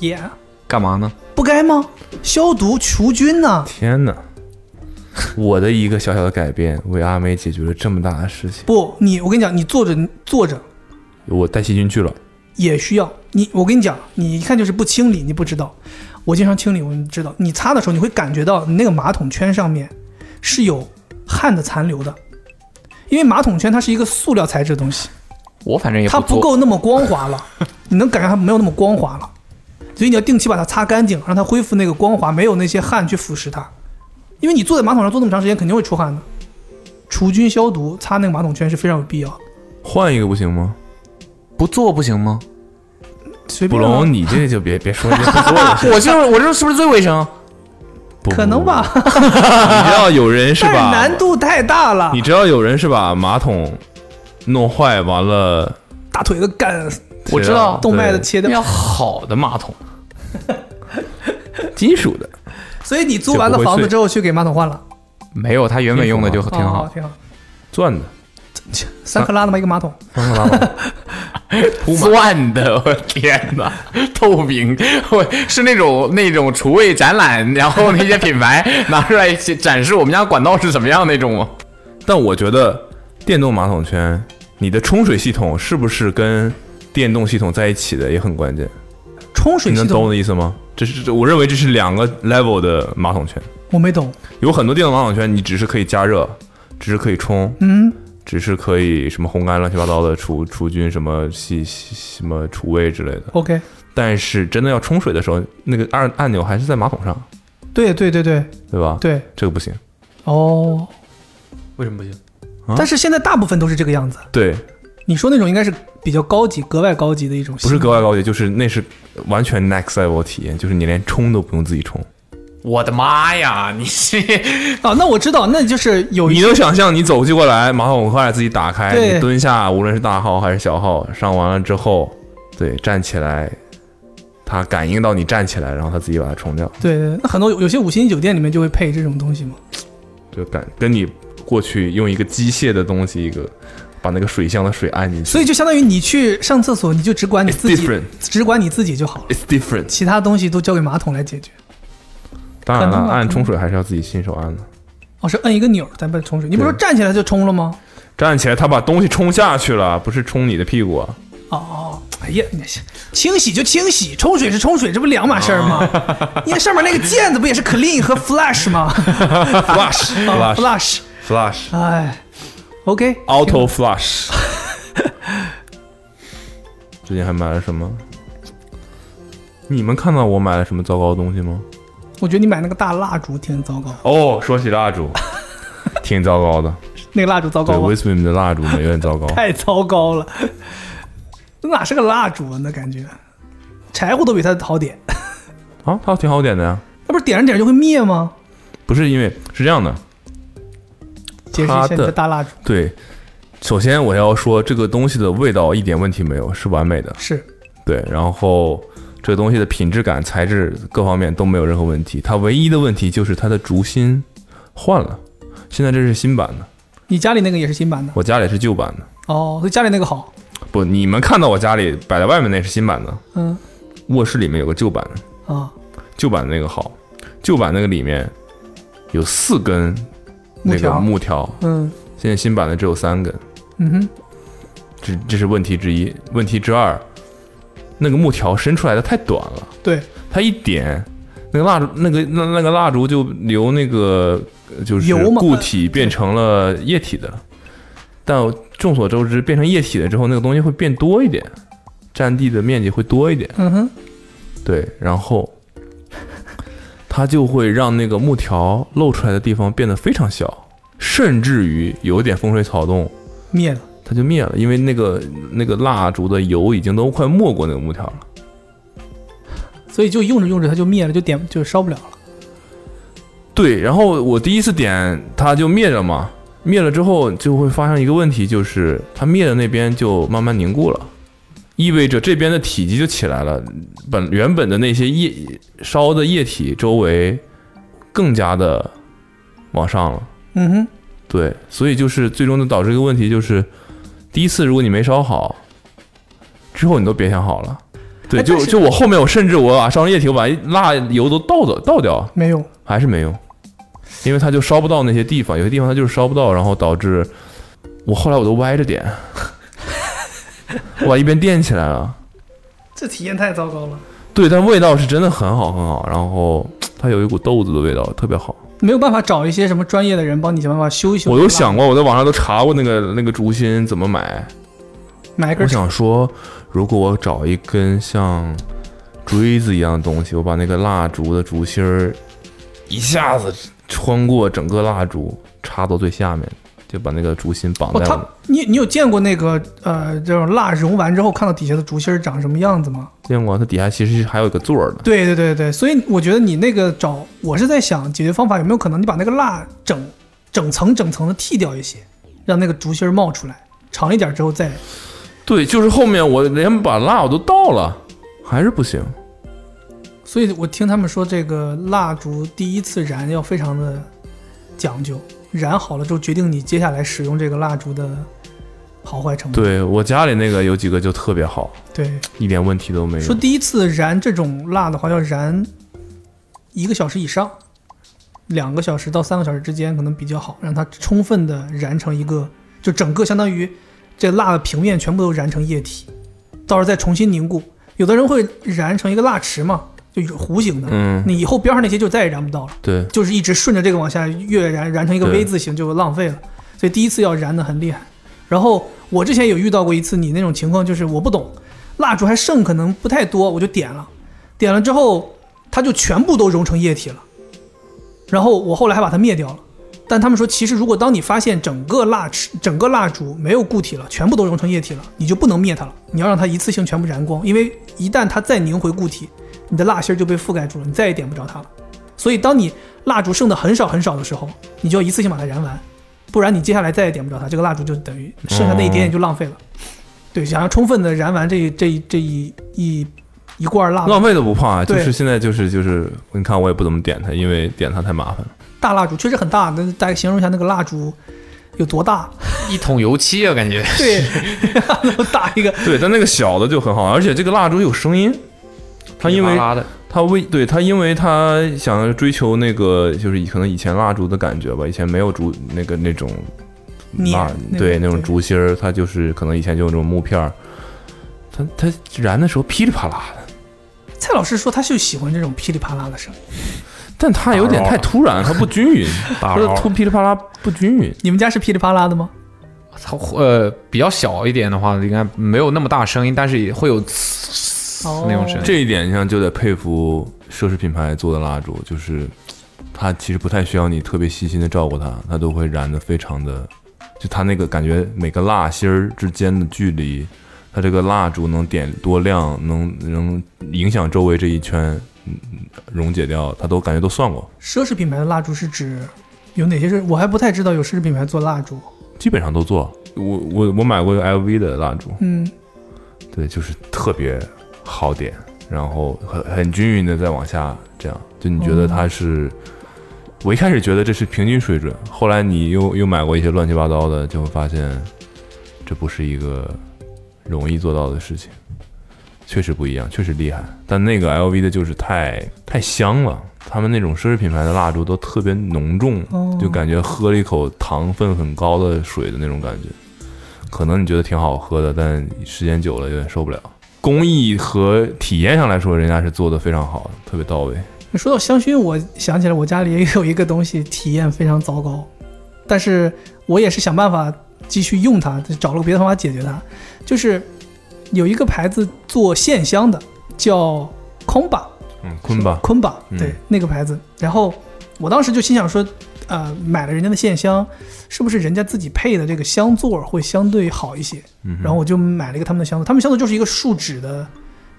Speaker 3: 也、yeah,
Speaker 2: 干嘛呢？
Speaker 3: 不该吗？消毒除菌呢、
Speaker 4: 天哪！我的一个小小的改变，为阿梅解决了这么大的事情。
Speaker 3: 不，你我跟你讲，你坐着坐着
Speaker 4: 我带细菌去了，
Speaker 3: 也需要你。我跟你讲，你一看就是不清理，你不知道。我经常清理，我就知道。你擦的时候，你会感觉到你那个马桶圈上面是有汗的残留的，因为马桶圈它是一个塑料材质的东西，
Speaker 2: 我反正也
Speaker 3: 它不
Speaker 2: 做
Speaker 3: 够那么光滑了， 你能感觉它没有那么光滑了。所以你要定期把它擦干净，让它恢复那个光滑，没有那些汗去腐蚀它。因为你坐在马桶上坐那么长时间，肯定会出汗的。除菌消毒，擦那个马桶圈是非常有必要的。
Speaker 4: 换一个不行吗？
Speaker 2: 不做不行吗？，
Speaker 3: 随
Speaker 4: 布
Speaker 3: 便啊
Speaker 4: 隆，你这就别别说这不做了
Speaker 2: 我就是我这是不是最卫生？
Speaker 4: 不
Speaker 3: 可能？吧，
Speaker 4: 不不你知道有人是
Speaker 3: 但
Speaker 4: 吧？
Speaker 3: 难度太大了
Speaker 4: 你。知道有人是把马桶弄坏，完了
Speaker 3: 大腿的干啊
Speaker 2: 我知道
Speaker 3: 动脉的
Speaker 4: 对
Speaker 3: 切
Speaker 2: 要
Speaker 3: 掉，
Speaker 2: 好的马桶，
Speaker 4: 金属的，
Speaker 3: 所以你租完了
Speaker 4: 就不会
Speaker 3: 房子
Speaker 4: 碎
Speaker 3: 之后去给马桶换了，
Speaker 2: 没有他原本用的就挺
Speaker 3: 哦
Speaker 2: 好。
Speaker 3: 挺好。
Speaker 4: 钻的，
Speaker 3: 三克拉那么一个马桶，
Speaker 2: 钻的，我天哪，透明，我是那种那种厨卫展览，然后那些品 牌拿出来展示我们家管道是怎么样那种吗？
Speaker 4: 但我觉得电动马桶圈，你的冲水系统是不是跟电动系统在一起的也很关键，
Speaker 3: 冲水
Speaker 4: 你
Speaker 3: 系
Speaker 4: 能懂
Speaker 3: 统
Speaker 4: 我的意思吗？这是这我认为这是两个 level 的马桶圈，
Speaker 3: 我没懂，
Speaker 4: 有很多电动马桶圈你只是可以加热，只是可以冲，
Speaker 3: 嗯，
Speaker 4: 只是可以什么烘干乱七八糟的除除菌什么洗洗什么除味之类的，
Speaker 3: OK，
Speaker 4: 但是真的要冲水的时候，那个按按钮还是在马桶上，
Speaker 3: 对对对对
Speaker 4: 对吧？，
Speaker 3: 对，
Speaker 4: 这个不行。
Speaker 3: 哦，
Speaker 2: 为什么不行？
Speaker 4: 啊
Speaker 3: 但是现在大部分都是这个样子。
Speaker 4: 对，
Speaker 3: 你说那种应该是比较高级、格外高级的一种，
Speaker 4: 不是格外。高级，就是那是完全 next level 体验，就是你连冲都不用自己冲。
Speaker 2: 我的妈呀！你是
Speaker 3: 哦，那我知道，那就是有
Speaker 4: 哦你
Speaker 3: 一
Speaker 4: 能想象你走过来，马桶盖自己打开，
Speaker 3: 对
Speaker 4: 你蹲下，无论是大号还是小号，上完了之后，对，站起来，它感应到你站起来，然后它自己把它冲掉，
Speaker 3: 对对，对那很多有有些五星级酒店里面就会配这种东西嘛。
Speaker 4: 就感跟你过去用一个机械的东西，一个把那个水箱的水按进去。
Speaker 3: 所以就相当于你去上厕所，你就只管你
Speaker 4: It's
Speaker 3: 自己
Speaker 4: different，
Speaker 3: 只管你自己就好了，
Speaker 4: It's different。
Speaker 3: 其他东西都交给马桶来解决。
Speaker 4: 当然
Speaker 3: 可
Speaker 4: 了
Speaker 3: 能，吧
Speaker 4: 按冲水还是要自己亲手按的。
Speaker 3: 哦，是摁一个钮儿咱不冲水。你不是
Speaker 4: 对
Speaker 3: 说站起来就冲了吗？
Speaker 4: 站起来，它把东西冲下去了，不是冲你的屁股啊。
Speaker 3: 哦哦，哎呀，你是清洗就清洗，冲水是冲水，这不两码事儿
Speaker 4: 啊
Speaker 3: 吗？ 你看上面那个键子不也是 clean 和 flush 吗
Speaker 4: Flush
Speaker 3: 啊
Speaker 4: flush
Speaker 3: ？flush，
Speaker 4: flush。
Speaker 3: 哎，OK，
Speaker 4: Auto Flush。最近还买了什么？你们看到我买了什么糟糕的东西吗？
Speaker 3: 我觉得你买那个大蜡烛挺糟糕，
Speaker 4: 哦，说起蜡 烛，挺糟糕的。
Speaker 3: 那个蜡烛糟
Speaker 4: 对
Speaker 3: 糕吗？
Speaker 4: ，Wisdom 的蜡烛呢有点糟糕。
Speaker 3: 太糟糕了，那哪是个蜡烛啊？那感觉，柴火都比它好点，
Speaker 4: 啊，它挺好点的呀。
Speaker 3: 那不是点着点就会灭吗？
Speaker 4: 不是因为是这样的，
Speaker 3: 解释一下
Speaker 4: 它
Speaker 3: 你
Speaker 4: 的
Speaker 3: 的大蜡烛
Speaker 4: 对。首先我要说这个东西的味道一点问题没有，是完美的。
Speaker 3: 是
Speaker 4: 对，然后这个东西的品质感、材质各方面都没有任何问题。它唯一的问题就是它的烛芯换了，现在这是新版的。
Speaker 3: 你家里那个也是新版的
Speaker 4: 我家里是旧版的，
Speaker 3: 哦，所以家里那个好，
Speaker 4: 不，你们看到我家里摆在外面那是新版的，
Speaker 3: 嗯
Speaker 4: 卧室里面有个旧版的，
Speaker 3: 啊，
Speaker 4: 旧版的那个好，旧版那个里面有四根
Speaker 3: 木
Speaker 4: 那个
Speaker 3: 条
Speaker 4: 木条，
Speaker 3: 嗯
Speaker 4: 现在新版的只有三根，
Speaker 3: 嗯哼。
Speaker 4: 这这是问题之一。问题之二，那个木条伸出来的太短了，
Speaker 3: 对，
Speaker 4: 它一点。那个蜡烛，那个那那个蜡烛就由那个呃就是
Speaker 3: 油嘛
Speaker 4: 固体变成了液体的，但众所周知，变成液体了之后，那个东西会变多一点，占地的面积会多一点。
Speaker 3: 嗯哼，
Speaker 4: 对，然后 它就会让那个木条露出来的地方变得非常小，甚至于有点风吹草动，
Speaker 3: 灭了。
Speaker 4: 它就灭了，因为那个那个蜡烛的油已经都快没过那个木条了。
Speaker 3: 所以就用着用着它就灭了，就点就烧不了了。
Speaker 4: 对，然后我第一次点它就灭了嘛，灭了之后就会发生一个问题，就是它灭的那边就慢慢凝固了。意味着这边的体积就起来了，本原本的那些液烧的液体周围更加的往上了，
Speaker 3: 嗯哼，
Speaker 4: 对，所以就是最终的导致一个问题就是，第一次如果你没烧好，之后你都别想好了。对，
Speaker 3: 哎
Speaker 4: 就
Speaker 3: 但是
Speaker 4: 就我后面我甚至我把烧成液体，我把辣油都倒走倒掉，
Speaker 3: 没有。
Speaker 4: 还是没用，因为它就烧不到那些地方，有些地方它就是烧不到，然后导致我后来我都歪着点，我把一边垫起来了，
Speaker 3: 这体验太糟糕了，
Speaker 4: 对，但味道是真的很好很好，然后它有一股豆子的味道，特别好。
Speaker 3: 没有办法找一些什么专业的人帮你想办法修一修。
Speaker 4: 我都想过，我在网上都查过那个那个竹芯怎么买。
Speaker 3: 买一
Speaker 4: 我
Speaker 3: 根
Speaker 4: 想说，如果我找一根像锥子一样的东西，我把那个蜡烛的竹芯儿一下子穿过整个蜡烛，插到最下面，就把那个竹芯绑
Speaker 3: 哦，
Speaker 4: 在我
Speaker 3: 他
Speaker 4: 们。
Speaker 3: 你你有见过那个呃，这种蜡融完之后看到底下的竹芯儿长什么样子吗？
Speaker 4: 见过，它底下其实还有一个座儿的。
Speaker 3: 对对对对，所以我觉得你那个找，我是在想解决方法有没有可能你把那个蜡整整层整层的剃掉一些，让那个竹芯儿冒出来，长一点之后再
Speaker 4: 对，就是后面我连把蜡我都倒了，还是不行。
Speaker 3: 所以我听他们说，这个蜡烛第一次燃要非常的讲究，燃好了之后决定你接下来使用这个蜡烛的好坏程度。
Speaker 4: 对我家里那个有几个就特别好，
Speaker 3: 对
Speaker 4: 一点问题都没
Speaker 3: 说
Speaker 4: 有。
Speaker 3: 第一次燃这种蜡的话，要燃一个小时以上，两个小时到三个小时之间可能比较好，让它充分的燃成一个，就整个相当于这蜡的平面全部都燃成液体，到时候再重新凝固。有的人会燃成一个蜡池嘛，就弧形的，
Speaker 4: 嗯，
Speaker 3: 你以后边上那些就再也燃不到了。
Speaker 4: 对，
Speaker 3: 就是一直顺着这个往下越燃，燃成一个
Speaker 4: 对
Speaker 3: V 字形就浪费了。所以第一次要燃的很厉害。然后我之前有遇到过一次你那种情况，就是我不懂，蜡烛还剩可能不太多，我就点了，点了之后它就全部都融成液体了。然后我后来还把它灭掉了。但他们说，其实如果当你发现整个蜡池、整个蜡烛没有固体了，全部都融成液体了，你就不能灭它了，你要让它一次性全部燃光，因为一旦它再凝回固体，你的蜡芯儿就被覆盖住了，你再也点不着它了。所以，当你蜡烛剩的很少很少的时候，你就要一次性把它燃完，不然你接下来再也点不着它，这个蜡烛就等于剩下那一点点就浪费了。对，想要充分的燃完这一这一这一一一罐蜡
Speaker 4: 浪费都不怕，就
Speaker 3: 对
Speaker 4: 是现在就是就是，你看我也不怎么点它，因为点它太麻烦了。
Speaker 3: 大蜡烛，确实很大，那大家形容一下那个蜡烛有多 大？
Speaker 2: 一桶油漆啊， 感觉。
Speaker 3: 对，那么大一个，
Speaker 4: 对，但那个小的就很好，而且这个蜡烛有声音，它因
Speaker 2: 噼
Speaker 4: 为
Speaker 2: 里啪啦的
Speaker 4: 它为对它因为它想追求那个就是以可能以前蜡烛的感觉吧，以前没有竹那个那种
Speaker 3: 捻
Speaker 4: 蜡
Speaker 3: 那个
Speaker 4: 对那种
Speaker 3: 对
Speaker 4: 竹芯儿，它就是可能以前就有那种木片儿，它它燃的时候噼里啪啦的。
Speaker 3: 蔡老师说他就喜欢这种噼里啪啦的声音。
Speaker 4: 但它有点太突然，它不均匀，
Speaker 2: 打
Speaker 4: 不是
Speaker 2: 扰
Speaker 4: 突噼里啪啦不均匀。
Speaker 3: 你们家是噼里啪啦的吗？
Speaker 2: 它呃比较小一点的话，应该没有那么大声音，但是也会有呲
Speaker 3: 哦
Speaker 2: 那种声音。
Speaker 4: 这一点上就得佩服奢侈品牌做的蜡烛，就是它其实不太需要你特别细心的照顾它，它都会燃的非常的，就它那个感觉每个蜡芯儿之间的距离，它这个蜡烛能点多亮，能能影响周围这一圈，嗯嗯溶解掉，它都感觉都算过，
Speaker 3: 奢侈品牌的蜡烛是指有哪些是？我还不太知道有奢侈品牌做蜡烛。
Speaker 4: 基本上都做。我我我买过一个 LV 的蜡烛，
Speaker 3: 嗯，
Speaker 4: 对，就是特别好点，然后很很均匀的再往下，这样就你觉得它是，我一开始觉得这是平均水准，后来你又又买过一些乱七八糟的，就会发现这不是一个容易做到的事情，确实不一样，确实厉害。但那个 LV 的就是太太香了，他们那种奢侈品牌的蜡烛都特别浓重，
Speaker 3: 哦
Speaker 4: 就感觉喝了一口糖分很高的水的那种感觉。可能你觉得挺好喝的，但时间久了有点受不了。工艺和体验上来说，人家是做的非常好的，特别到位。
Speaker 3: 说到香薰，我想起来我家里也有一个东西，体验非常糟糕，但是我也是想办法继续用它，找了个别的方法解决它。就是有一个牌子做线香的，叫 Comba，
Speaker 4: 嗯，坤吧，
Speaker 3: 坤吧，
Speaker 4: 嗯
Speaker 3: 对、那个牌子。然后我当时就心想说，呃，买了人家的线香，是不是人家自己配的这个香座会相对好一些？
Speaker 4: 嗯哼
Speaker 3: 然后我就买了一个他们的香座，他们香座就是一个树脂的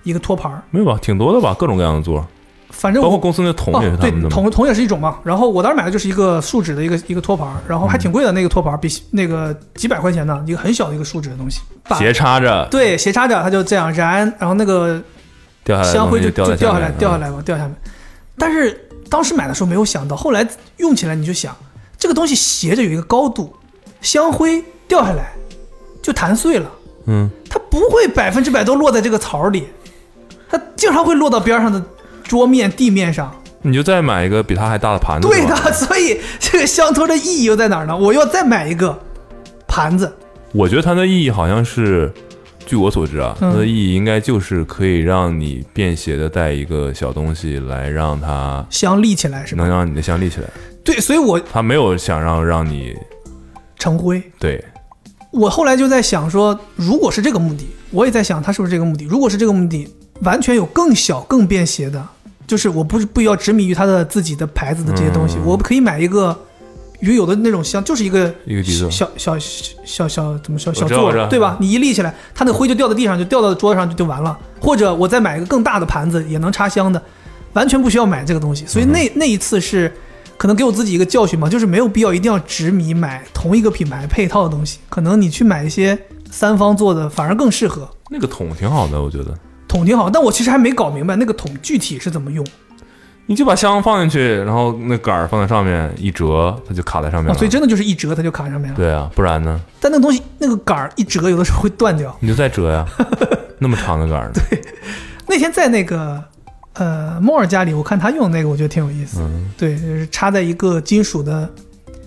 Speaker 3: 一个托盘儿，
Speaker 4: 没有吧？挺多的吧，各种各样的座，
Speaker 3: 反正
Speaker 4: 包
Speaker 3: 我
Speaker 4: 括公司那桶也是他们的
Speaker 3: 哦、对，
Speaker 4: 嘛。
Speaker 3: 桶桶也是一种嘛。然后我当时买的就是一个树脂的一个一个托盘儿，然后
Speaker 4: 嗯
Speaker 3: 还挺贵的那个托盘儿，比那个几百块钱的一个很小的一个树脂的东西，把
Speaker 4: 斜插着
Speaker 3: 对斜插着，它就这样燃，然后那个
Speaker 4: 掉下来的
Speaker 3: 香灰
Speaker 4: 东西
Speaker 3: 就
Speaker 4: 掉
Speaker 3: 就掉下
Speaker 4: 来
Speaker 3: 来，
Speaker 4: 嗯
Speaker 3: 掉下来嘛，掉下来。但是当时买的时候没有想到，后来用起来你就想，这个东西斜着有一个高度，香灰掉下来就弹碎了，
Speaker 4: 嗯，
Speaker 3: 它不会百分之百都落在这个槽里，它经常会落到边上的桌面、地面上。
Speaker 4: 嗯你就再买一个比它还大的盘子吧。
Speaker 3: 对的， 所以这个香头的意义又在哪儿呢？我要再买一个盘子，
Speaker 4: 我觉得它的意义好像是据我所知啊，它
Speaker 3: 嗯
Speaker 4: 的意义应该就是可以让你便携的带一个小东西来让它
Speaker 3: 香立起来是吧？
Speaker 4: 能让你的香立起来。
Speaker 3: 对，所以我
Speaker 4: 它没有想让让你
Speaker 3: 成灰。
Speaker 4: 对
Speaker 3: 我后来就在想说，如果是这个目的，我也在想它是不是这个目的。如果是这个目的，完全有更小、更便携的，就是我不是不要执迷于它的自己的牌子的这些东西，
Speaker 4: 嗯
Speaker 3: 我可以买一个。鱼有的那种香就是一个
Speaker 4: 一个底座
Speaker 3: 小小小小小怎么小小
Speaker 4: 我知道
Speaker 3: 座
Speaker 4: 我知道
Speaker 3: 对吧？你一立起来，它那灰就掉到地上，就掉到桌子上就就完了。或者我再买一个更大的盘子，也能插香的，完全不需要买这个东西。
Speaker 4: 嗯
Speaker 3: 所以那、那一次是可能给我自己一个教训吧，就是没有必要一定要执迷买同一个品牌配套的东西，可能你去买一些三方做的反而更适合。
Speaker 4: 那个桶挺好的，我觉得。
Speaker 3: 桶挺好，但我其实还没搞明白那个桶具体是怎么用
Speaker 4: 你就把香放进去，然后那杆儿放在上面一折，它就卡在上面
Speaker 3: 啊，
Speaker 4: 了。
Speaker 3: 所以真的就是一折它就卡上面了。
Speaker 4: 对啊，不然呢？
Speaker 3: 但那个东西那个杆儿一折，有的时候会断掉。
Speaker 4: 你就再折 呀，那么长的杆儿呢。
Speaker 3: 那天在那个呃莫尔家里，我看他用的那个，我觉得挺有意思。
Speaker 4: 嗯，
Speaker 3: 对，就是插在一个金属的，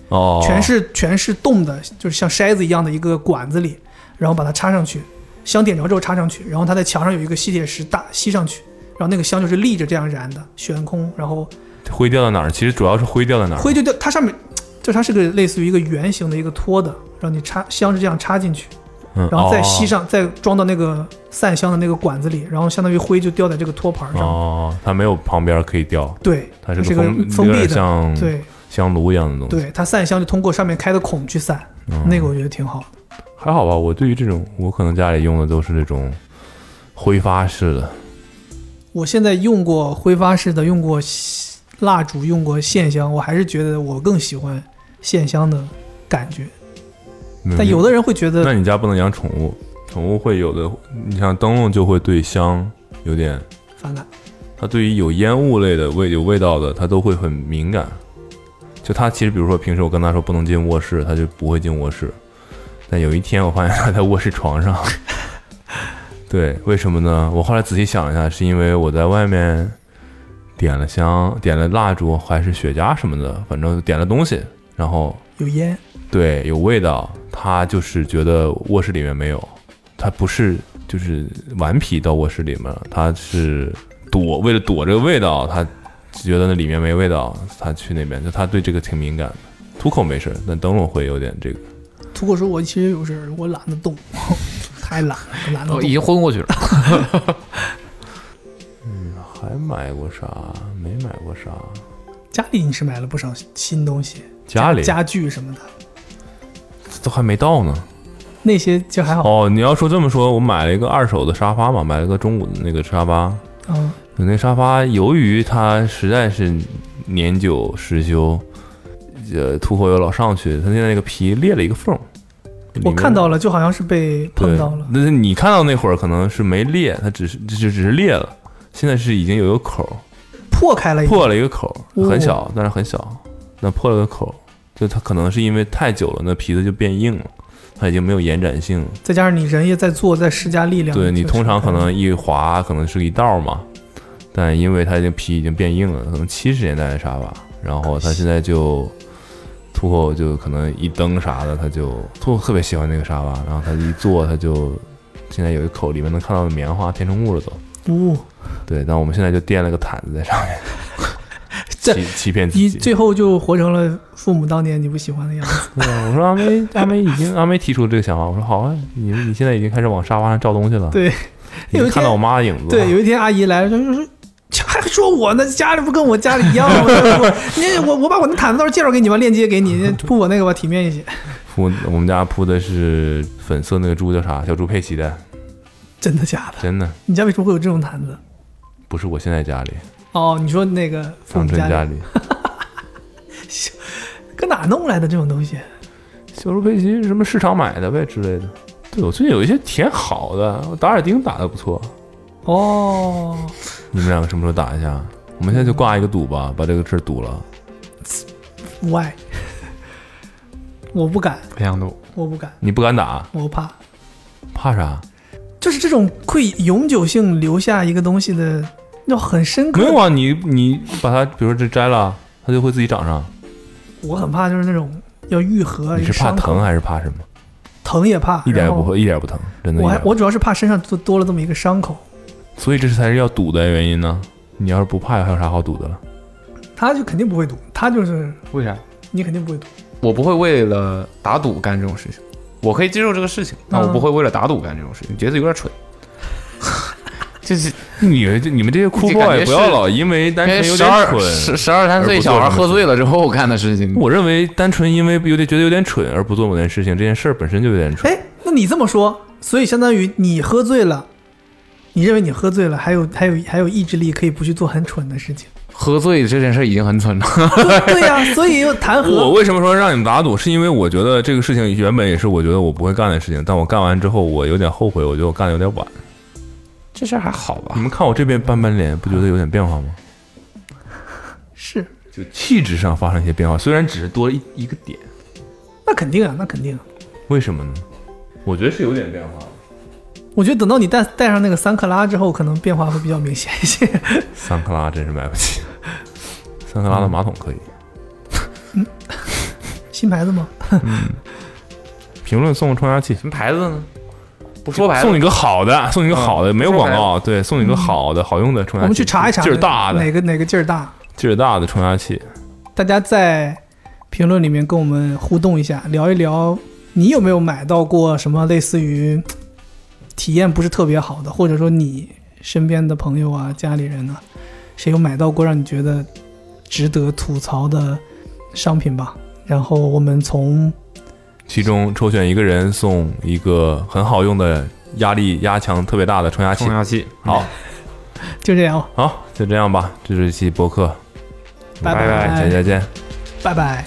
Speaker 4: 哦，
Speaker 3: 全是全是动的，就是像筛子一样的一个管子里，然后把它插上去，香点着之后插上去，然后它在墙上有一个吸铁石大吸上去，然后那个香就是立着这样燃的，悬空，然后
Speaker 4: 灰掉到哪儿？其实主要是灰掉到哪儿？
Speaker 3: 灰就掉，它上面就它是个类似于一个圆形的一个托的，然后你插香是这样插进去，
Speaker 4: 嗯，
Speaker 3: 然后再吸
Speaker 4: 哦
Speaker 3: 上，再装到那个散香的那个管子里，然后相当于灰就掉在这个托盘上。
Speaker 4: 哦，它没有旁边可以掉，
Speaker 3: 对，
Speaker 4: 它
Speaker 3: 是
Speaker 4: 个封
Speaker 3: 封
Speaker 4: 有
Speaker 3: 闭
Speaker 4: 点
Speaker 3: 的，
Speaker 4: 像嗯
Speaker 3: 对
Speaker 4: 香炉一样的东西。
Speaker 3: 对，它散香就通过上面开的孔去散，
Speaker 4: 嗯
Speaker 3: 那个我觉得挺好的。
Speaker 4: 还好吧。我对于这种，我可能家里用的都是这种挥发式的。
Speaker 3: 我现在用过挥发式的，用过吸蜡烛，用过线香，我还是觉得我更喜欢线香的感觉。但有
Speaker 4: 的，
Speaker 3: 的人会觉得
Speaker 4: 嗯那你家不能养宠物，宠物会有的。你像灯笼就会对香有点，
Speaker 3: 反感，
Speaker 4: 它对于有烟雾类的味有味道的，它都会很敏感。就它其实，比如说平时我跟它说不能进卧室，它就不会进卧室。但有一天我发现它在卧室床上， 对，为什么呢？我后来仔细想了一下，是因为我在外面点了香，点了蜡烛还是雪茄什么的，反正点了东西，然后
Speaker 3: 有烟，
Speaker 4: 对有味道，它就是觉得卧室里面没有，它不是就是顽皮到卧室里面了，它是躲为了躲这个味道，它觉得那里面没味道，它去那边，就它对这个挺敏感的。吐口没事儿，但灯笼会有点这个。
Speaker 3: 吐口说我其实有事儿，我懒得动， 太懒了，懒 得
Speaker 2: 我已
Speaker 3: 动。
Speaker 2: 经昏过去了。
Speaker 4: 还买过啥？没买过啥。
Speaker 3: 家里你是买了不少新东西，
Speaker 4: 家里
Speaker 3: 家具什么的，
Speaker 4: 都还没到呢。
Speaker 3: 那些就还好。
Speaker 4: 哦，你要说这么说，我买了一个二手的沙发嘛，买了个中古的那个沙发。
Speaker 3: 嗯，
Speaker 4: 那沙发由于它实在是年久失修，呃，吐口油老上去，它现在那个皮裂了一个缝儿。
Speaker 3: 我
Speaker 4: 里面
Speaker 3: 看到了，就好像是被碰
Speaker 4: 对
Speaker 3: 到了。
Speaker 4: 但是你看到那会儿可能是没裂，它只是就只是裂了，现在是已经有一个口儿，
Speaker 3: 破开了一个，
Speaker 4: 破了一个口儿，
Speaker 3: 哦
Speaker 4: 很小，但是很小，那破了个口儿，就它可能是因为太久了，那皮子就变硬了，它已经没有延展性了。
Speaker 3: 再加上你人也在做，在施加力量。
Speaker 4: 对你
Speaker 3: 就是
Speaker 4: 通常可能一划可能是一道儿嘛，但因为它这皮已经变硬了，可能七十年代的沙发，然后
Speaker 3: 哎
Speaker 4: 它现在就吐口就可能一蹬啥的，它就吐口特别喜欢那个沙发，然后它一坐它就现在有一口里面能看到棉花填充物了都。
Speaker 3: 哦，
Speaker 4: 对，但我们现在就垫了个毯子在上面
Speaker 3: 这
Speaker 4: 欺欺骗自
Speaker 3: 你
Speaker 4: 己。
Speaker 3: 最后就活成了父母当年你不喜欢的 样子。
Speaker 4: 对啊我说阿梅，阿梅已经阿梅提出这个想法，我说好啊，你你现在已经开始往沙发上照东西了，
Speaker 3: 对
Speaker 4: 你
Speaker 3: 有一
Speaker 4: 看到
Speaker 3: 天
Speaker 4: 我妈的影子了。
Speaker 3: 对，有一天阿姨来了，就说。还说我呢，家里不跟我家里一样吗？ 我我你我我把我那毯子到时候介绍给你吧，链接给你，铺我那个吧，体面一些。
Speaker 4: 铺我们家铺的是粉色那个猪叫啥？小猪佩奇的，
Speaker 3: 真的假的？
Speaker 4: 真的
Speaker 3: 你家为什么会有这种毯子？
Speaker 4: 不是我现在家里，
Speaker 3: 哦，你说那个父
Speaker 4: 长
Speaker 3: 母
Speaker 4: 春
Speaker 3: 家
Speaker 4: 家
Speaker 3: 里
Speaker 4: 里。
Speaker 3: 搁哪弄来的这种东西？
Speaker 4: 小猪佩奇是什么市场买的呗之类的。对我最近有一些挺好的，我打耳钉打的不错。
Speaker 3: 哦，
Speaker 4: 你们两个什么时候打一下？我们现在就挂一个赌吧，把这个事儿赌了。
Speaker 3: y 我不敢，
Speaker 2: 不想录，
Speaker 3: 我不敢，
Speaker 4: 你不敢打，
Speaker 3: 我怕。
Speaker 4: 怕啥？
Speaker 3: 就是这种会永久性留下一个东西的，要很深刻。
Speaker 4: 没有啊，你你把它，比如说这摘了，它就会自己长上。
Speaker 3: 我很怕就是那种要愈合，
Speaker 4: 你
Speaker 3: 啊一
Speaker 4: 是
Speaker 3: 个
Speaker 4: 怕
Speaker 3: 伤口
Speaker 4: 疼还是怕什么？
Speaker 3: 疼也怕，
Speaker 4: 一点也
Speaker 3: 然后
Speaker 4: 不会，一点也不疼，真的一
Speaker 3: 我
Speaker 4: 点也
Speaker 3: 还
Speaker 4: 不疼。
Speaker 3: 我主要是怕身上多多了这么一个伤口，
Speaker 4: 所以这才是要赌的原因呢。你要是不怕，还有啥好赌的了？
Speaker 3: 他就肯定不会堵，他就是
Speaker 2: 为啥？
Speaker 3: 你肯定不会堵。
Speaker 2: 我不会为了打赌干这种事情，我可以接受这个事情，但我不会为了打赌干这种事情，觉得有点 蠢。就是
Speaker 4: 你们这你们这些酷
Speaker 2: 这感觉
Speaker 4: boy
Speaker 2: 是
Speaker 4: 不要老因为单纯有
Speaker 2: 哎十
Speaker 4: 点
Speaker 2: 二
Speaker 4: 蠢
Speaker 2: 十，十二三岁小孩喝醉了之后干的事情，
Speaker 4: 我认为单纯因为有点觉得有点蠢而不做某件事情，这件事儿本身就有点蠢。
Speaker 3: 哎，那你这么说，所以相当于你喝醉了，你认为你喝醉了，还有还有还有意志力可以不去做很蠢的 事情。
Speaker 2: 喝醉这件事已经很蠢了。
Speaker 3: 对呀、所以又谈
Speaker 4: 我
Speaker 3: 何？
Speaker 4: 为什么说让你们打赌，是因为我觉得这个事情原本也是我觉得我不会干的事情，但我干完之后我有点后悔，我觉得我干的有点晚。
Speaker 2: 这事儿还好吧
Speaker 4: 你？们看我这边斑斑脸，不觉得有点变化吗？
Speaker 3: 是，
Speaker 4: 就气质上发生一些变化，虽然只是多一一个点，
Speaker 3: 那肯定啊，那肯定、啊。
Speaker 4: 为什么呢？我觉得是有点变化的。
Speaker 3: 我觉得等到你戴戴上那个三克拉之后，可能变化会比较明显一些。
Speaker 4: 三克拉真是买不起，三克拉的马桶可以。
Speaker 3: 新牌子吗？
Speaker 4: 评论送个冲牙器，
Speaker 2: 什么牌子呢？不说牌子，
Speaker 4: 送你个好的，送你个好的，
Speaker 2: 嗯
Speaker 4: 没有
Speaker 2: 说
Speaker 4: 广
Speaker 2: 白嗯
Speaker 4: 告，对，送你个好的好用的冲
Speaker 3: 我
Speaker 4: 牙器。
Speaker 3: 们去查一查
Speaker 4: 啊劲儿大的
Speaker 3: 哪，个哪个劲儿大。
Speaker 4: 劲儿大的冲牙器。
Speaker 3: 大家在评论里面跟我们互动一下，聊一聊你有没有买到过什么类似于嘖体验不是特别好的，或者说你身边的朋友啊、家里人啊，谁有买到过让你觉得值得吐槽的商品吧？然后我们从
Speaker 4: 其中抽选一个人送一个很好用的压力压强特别大的冲牙器
Speaker 2: 冲。牙器。
Speaker 4: 好，
Speaker 3: 就这样哦，
Speaker 4: 好，就这样吧，这是一期播客，
Speaker 3: 拜
Speaker 2: 拜
Speaker 4: 再见再见。
Speaker 3: 拜拜。